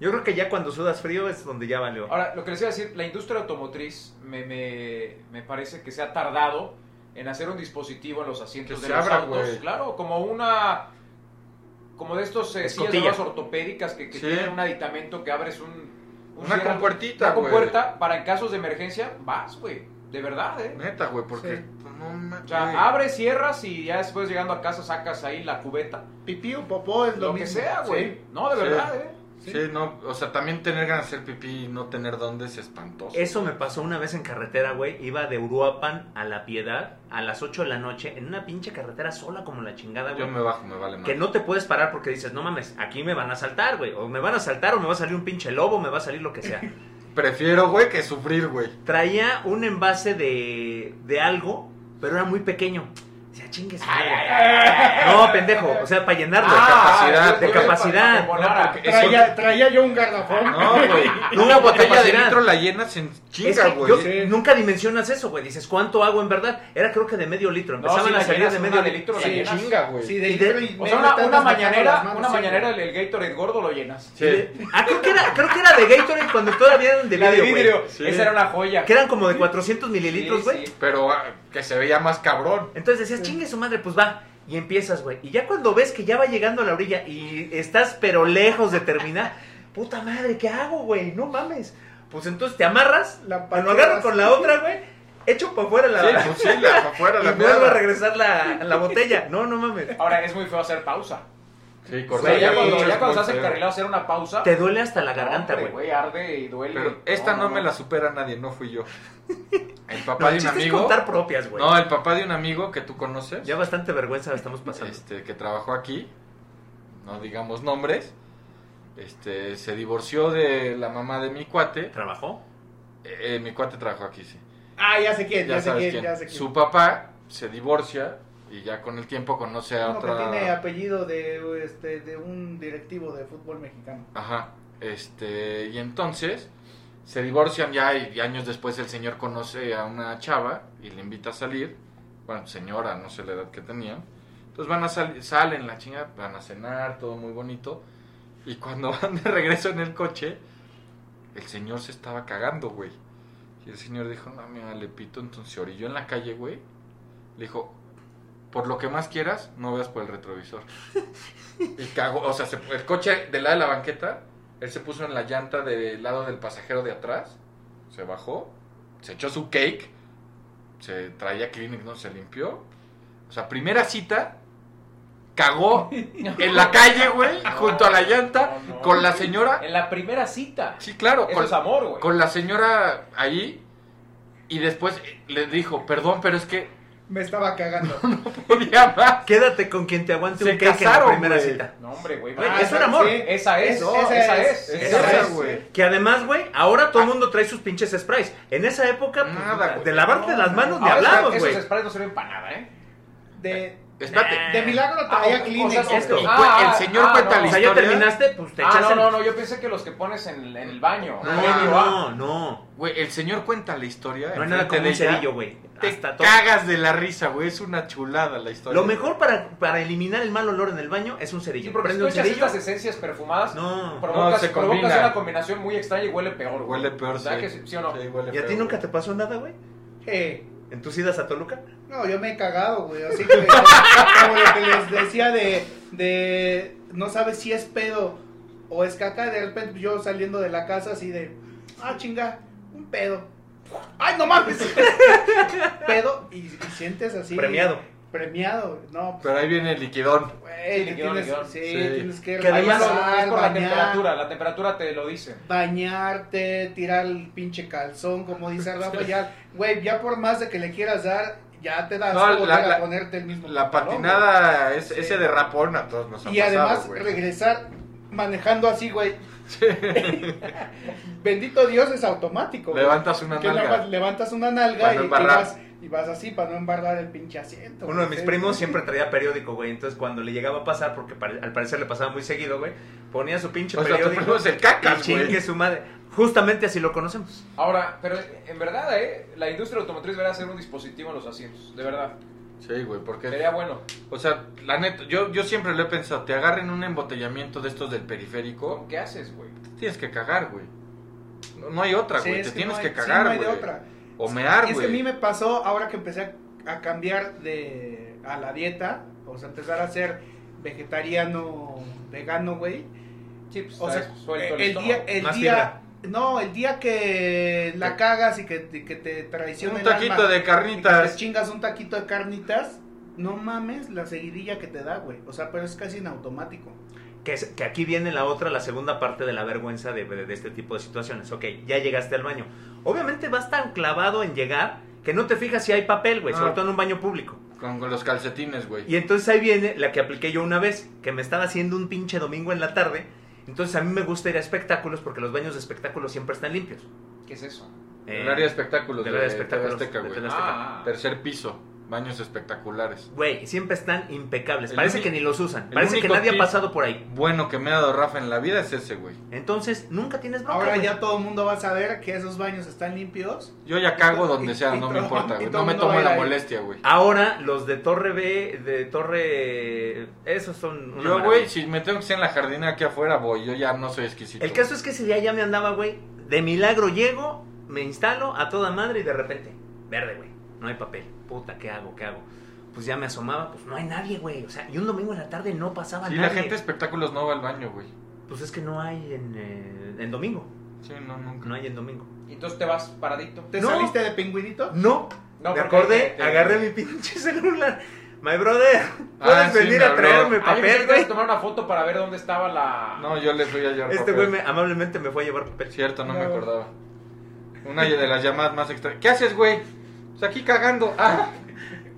Yo creo que ya cuando sudas frío es donde ya valió. Ahora, lo que les iba a decir, la industria automotriz me, me, me parece que se ha tardado en hacer un dispositivo en los asientos Que de se los abra, autos. güey. Claro, como una. Como de estos eh, sillas de Escotilla. ruedas ortopédicas que, que Sí. tienen un aditamento que abres un. un Una cierre- compuertita, Una güey. compuerta para en casos de emergencia vas, güey. De verdad, ¿eh? Neta, güey, porque Sí. no ma- O sea, ah, güey. abres, cierras y ya después llegando a casa sacas ahí la cubeta. Pipí o popó es lo, Lo, que mismo. sea, güey. Sí. No, de Sí. verdad, ¿eh? Sí, no, o sea, también tener ganas de hacer pipí y no tener dónde es espantoso. Eso me pasó una vez en carretera, güey. Iba de Uruapan a La Piedad a las 8 de la noche en una pinche carretera sola como la chingada, güey. Yo me bajo, me vale más. Que no te puedes parar porque dices, no mames, aquí me van a saltar, güey. O me van a saltar o me va a salir un pinche lobo, me va a salir lo que [LAUGHS] sea. Prefiero, güey, que sufrir, güey. Traía un envase de, de algo, pero era muy pequeño. Decía, chingue su madre". No, pendejo. O sea, para llenarlo. Ah, capacidad, de yo creo que capacidad. para componar. No, porque- Eso- Traía, traía yo un garrafón. No, güey. No, Una botella de capacidad. litro la llenas en Es chinga, que güey. yo- nunca dimensionas eso, güey. Dices, ¿cuánto hago en verdad? Era creo que de medio litro. No, Empezaban sí, a la salir llenas, de una medio de litro la Sí, llenas. chinga, güey. Sí, de Y de- litro y O sea, medio una, te una andas metiendo mañanera, las manos, una sí, mañanera güey. el, el Gatorade gordo lo llenas. Sí. Ah, creo que, era, creo que era de Gatorade cuando todavía eran de la de vidrio, güey. vidrio, Sí. esa era una joya. Que eran como de 400 Sí, mililitros, güey. sí. Pero ah, que se veía más cabrón. Entonces decías, chingue su madre, pues va. Y empiezas, güey. Y ya cuando ves que ya va llegando a la orilla y estás pero lejos de [LAUGHS] terminar, puta madre, ¿qué hago, güey? No mames. Pues entonces te amarras, La la lo agarro pateas. con la otra, güey. echo para afuera la, Sí, pues sí, la, para afuera, y la vuelvo a mierda. regresar la, la botella. No, no [LAUGHS] mames. Ahora es muy feo hacer pausa. Sí, O cortar sea, ya mucho cuando, es ya muy cuando estás feo. encarrilado hacer una pausa. Te duele hasta la garganta, hombre, güey. arde y duele. Pero esta no, me la supera nadie, no fui yo. El No, papá el de un chiste es amigo. contar propias, güey. No, el papá de un amigo que tú conoces, Ya bastante vergüenza la estamos pasando. este, que trabajó aquí, no digamos nombres, este, se divorció de la mamá de mi cuate. ¿Trabajó? Eh, mi cuate trabajó aquí, sí. Ah, ya sé quién, Ya ya, sé sabes quién, quién. ya sé quién. Su papá se divorcia y ya con el tiempo conoce a Uno que otra. tiene apellido de, este, de un directivo de fútbol mexicano. Ajá. Este, y entonces se divorcian ya y años después el señor conoce a una chava y le invita a salir. Bueno, señora, no sé la edad que tenía. Entonces van a salir, salen la chinga, van a cenar, todo muy bonito. Y cuando [LAUGHS] van de regreso en el coche, el señor se estaba cagando, güey. Y el señor dijo, no, mira, le pito. Entonces se orilló en la calle, güey. Le dijo, por lo que más quieras, no veas por el retrovisor. Y cagó, o sea, se- el coche del lado de la banqueta, él se puso en la llanta del lado del pasajero de atrás, se bajó, se echó su cake, se traía Kleenex, no se limpió. O sea, primera cita, [LAUGHS] cagó en la calle, güey, junto a la llanta, No, no. con la señora. En la primera cita. Sí, claro, Eso con, es amor, güey. con la señora ahí. Y después eh, le dijo, perdón, pero es que [LAUGHS] Me estaba cagando. podía más. Quédate con quien te aguante Se un cake en casaron, la primera güey. cita. No, hombre, güey. Güey, Ah, es un amor. sí. Esa es, Es- no, esa esa es, es. esa Esa es, es, güey. Que además, güey, ahora todo el mundo trae sus pinches sprays. En esa época, pues, Nada, güey. de lavarte No, las manos ni Ahora, hablamos, esos güey. sprays no sirven para nada, ¿eh? De, Espérate. Nah. de milagro traía Ah, o- Kleenex. o sea, esto. Y Ah, cu- ah, el señor ah, no. cuenta la O sea, historia. ya terminaste, pues te Ah, echas no, el- no, no. Yo pensé que los que pones en, en el baño. No, Previo no, a- no. Güey, el señor cuenta la historia. No hay enfrente nada como un de ella. cerillo, güey. Te Hasta todo. cagas de la risa, güey. Es una chulada la historia. Lo mejor para, para eliminar el mal olor en el baño es un Sí, cerillo. porque si Prende tú un echas cerillo. estas esencias perfumadas, No. provocas, No, se provocas combina. una combinación muy extraña y huele peor, güey. Huele peor, sí. ¿Verdad que sí, sí o no? Sí, huele ¿Y a peor, ti nunca güey. te pasó nada, güey? Eh, ¿En tus idas a Toluca? no, yo me he cagado, güey. Así que, [LAUGHS] como lo que les decía de, de no sabes si es pedo o es caca. De repente yo saliendo de la casa así de, ah, chinga, un pedo. Ay, no mames. [LAUGHS] pedo y, y sientes así. Premiado. Premiado, güey. no. pues, Pero ahí viene el liquidón. Güey, Sí, le liquidón, tienes, liquidón. sí, Sí. tienes que, Que Ahí además- es por- es revisar, por la bañar. temperatura, la temperatura te lo dice. bañarte, tirar el pinche calzón, como dice [LAUGHS] Rafa, ya, güey, ya por más de que le quieras dar, ya te das No, la- volver a la- ponerte el mismo La pantalón, patinada, es- Sí. ese de rapón a todos nos ha güey. Y pasado, además güey. regresar manejando así, güey. [LAUGHS] Bendito Dios es automático. güey. Levantas una Que nada más nalga. levantas una Para nalga no y, y embarrar. vas, y vas así para no embarrar el pinche asiento. Uno de güey, mis sí. primos siempre traía periódico, güey. Entonces, cuando le llegaba a pasar, porque pare- al parecer le pasaba muy seguido, güey, ponía su pinche O sea, tu periódico. primo es el y cacas, chingue güey. su madre. Justamente así lo conocemos. Ahora, pero en verdad, ¿eh? La industria automotriz debería hacer un dispositivo en los asientos, de verdad. Sí, güey, porque... Sería bueno. O sea, la neta, yo, yo siempre lo he pensado, te agarren un embotellamiento de estos del periférico, ¿Qué haces, güey? te tienes que cagar, güey. No, no hay otra, Sí, güey, es te que tienes no hay- que sí, cagar, no güey. hay de otra. O mear, Y es que a mí güey. me pasó ahora que empecé a, a cambiar de a la dieta, o sea, empezar a ser vegetariano, vegano, güey. Chips, O sea, Pues eh, suelto pues, el, día, estómago. el Más día, no, el día que la cagas y que, que te traiciona Un el alma taquito de y que te carnitas. chingas un taquito de carnitas, no mames la seguidilla que te da, güey. O sea, pero es casi en automático. Que, es- que aquí viene la otra, la segunda parte de la vergüenza de, de- de este tipo de situaciones. Ok, ya llegaste al baño. Obviamente vas tan clavado en llegar que no te fijas si hay papel, güey, Ah. sobre todo en un baño público. Con, con los calcetines, güey. Y entonces ahí viene la que apliqué yo una vez, que me estaba haciendo un pinche domingo en la tarde. Entonces a mí me gusta ir a espectáculos porque los baños de espectáculos siempre están limpios. ¿Qué es eso? Eh, el área de espectáculos de, del área de TV espectáculos Azteca, de güey. TV Azteca. Ah, ah. Tercer piso, baños espectaculares. Güey, siempre están impecables. El Parece uni- que ni los usan. el Parece que único nadie ha tip- pasado por ahí. Bueno que me ha dado Rafa en la vida es ese, güey. Entonces, nunca tienes bronca. Ahora güey. ya todo el mundo va a saber que esos baños están limpios. Yo ya cago donde Y- sea, y no me todo- importa, y güey. todo No me el mundo va tomo a ir la ahí. molestia, güey. Ah, Ahora los de Torre B, de Torre... Esos son... una Yo, güey, maravilla. si me tengo que ser en la jardina aquí afuera, voy. Yo ya no soy exquisito. El caso es que ese día ya me andaba, güey. De milagro llego, me instalo a toda madre y de repente, verde, güey. No hay papel. Puta, ¿qué hago? ¿Qué hago? Pues ya me asomaba, pues no hay nadie, güey. O sea, y un domingo en la tarde no pasaba Sí, nadie. la gente de espectáculos no va al baño, güey. Pues es que no hay en, eh, en domingo. Sí, no, nunca. No hay en domingo. Y entonces te vas paradito. ¿Te No. saliste de pingüinito? No, No, me porque acordé, te- te- agarré mi pinche celular. My brother, puedes Ah, sí, venir me a habló. traerme Ah, yo pensé papel, que te ibas güey. a tomar una foto para ver dónde estaba la... No, yo les voy a llevar Este papel. güey me- amablemente me fue a llevar papel. Cierto, no, me No. acordaba. Una de las llamadas más extrañas. ¿Qué haces, güey? Pues aquí cagando. Ah,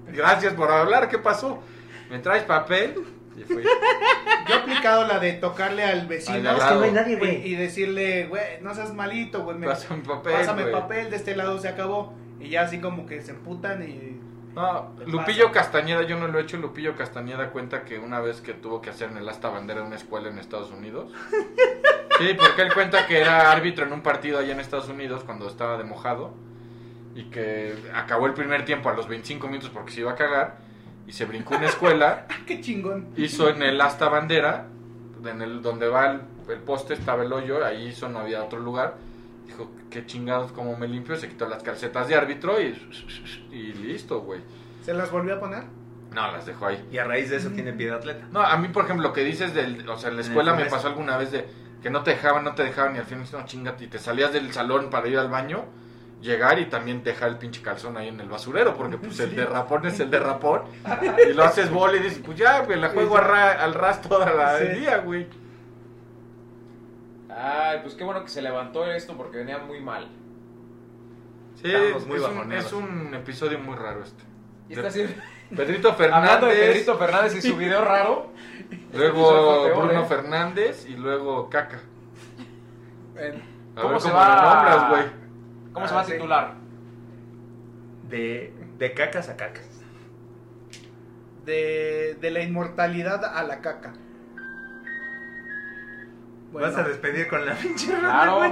gracias por hablar, ¿qué pasó? ¿Me traes papel? Y fui. Yo he aplicado la de tocarle al Al vecino de al lado. y, y decirle, güey, no seas malito, güey. me- Pásame papel, pásame güey. papel, de este lado se acabó. Y ya así como que se emputan y... No, Lupillo Castañeda, yo no lo he hecho. Lupillo Castañeda cuenta que una vez que tuvo que hacer en el asta bandera en una escuela en Estados Unidos. Sí, porque él cuenta que era árbitro en un partido allá en Estados Unidos cuando estaba de mojado. Y que acabó el primer tiempo a los 25 minutos porque se iba a cagar. Y se brincó una escuela. ¡Qué chingón! hizo en el asta bandera, en el donde va el, el poste estaba el hoyo, ahí hizo, no había otro lugar. Dijo, qué chingados, como me limpio, se quitó las calcetas de árbitro y, y listo, güey. ¿Se las volvió a poner? No, las dejó ahí. Y a raíz de eso tiene piedad atleta. No, a mí, por ejemplo, lo que dices del, o sea, en la En el escuela me comercio. pasó alguna vez de que no te dejaban, no te dejaban y al final dices, no, chingate, y te salías del salón para ir al baño, llegar y también dejar el pinche calzón ahí en el basurero, porque pues el derrapón es el derrapón y lo haces bola y dices, pues ya, güey, la juego al ra- al ras toda la Sí. el día, güey. Ay, pues qué bueno que se levantó esto porque venía muy mal. Sí, Estamos muy es, un, bajoneados. es un episodio muy raro este. Y está así- Pedrito [LAUGHS] Hablando de Fernández, Pedrito Fernández y su video raro. este episodio luego fue peor, Bruno ¿eh? Fernández y luego Caca. En- A ¿Cómo ver se cómo lo va? nombras, güey. ¿Cómo se Ah, va a sí. titular? De, de cacas a cacas. De, de la inmortalidad a la caca. Bueno, Vas a despedir con la [LAUGHS] pinche Claro.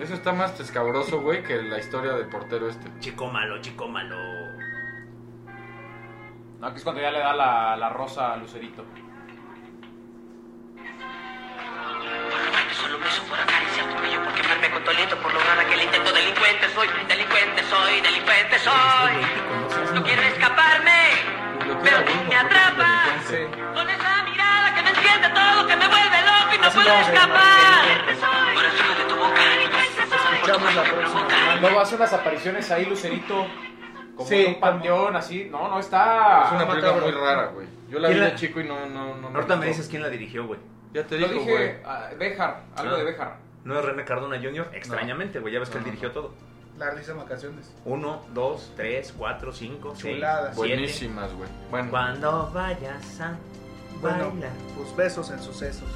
Eso está más escabroso, güey, que la historia del portero este. Chico malo, chico malo. No, aquí es cuando ya le da la, la rosa a Lucerito. que solo me hizo por acariciar tu bello porque enferme con toliento por lograr aquel intento. Delincuente soy, delincuente soy, delincuente soy. No quiero escaparme, Lo que pero era Bruno, me porque atrapa. es delincuente. Con esa mirada que me enciende todo, que me vuelve loco y no puedo escapar. Por el frío de tu boca, escuchamos la próxima. Luego hace unas apariciones ahí Lucerito. Como Sí, en un como- panteón, así. No, Ah, no Es una está. película muy rara, güey. Yo la vi ¿Quién de la- chico y no, no, no. Ahorita me gustó. dices quién la dirigió, güey. Ya te Lo digo, güey. dije, ah, Béjar, algo de Béjar. No es René Cardona Jr., extrañamente, güey. Ya ves que él dirigió todo. Larguísimas vacaciones. Uno, dos, tres, cuatro, cinco, seis, Chuladas. siete. Buenísimas, güey. Bueno, Cuando vayas a Bueno, bailar. pues besos en sucesos.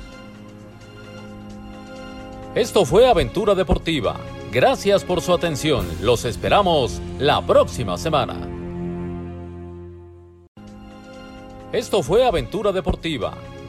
Esto fue Aventura Deportiva. Gracias por su atención. Los esperamos la próxima semana. Esto fue Aventura Deportiva.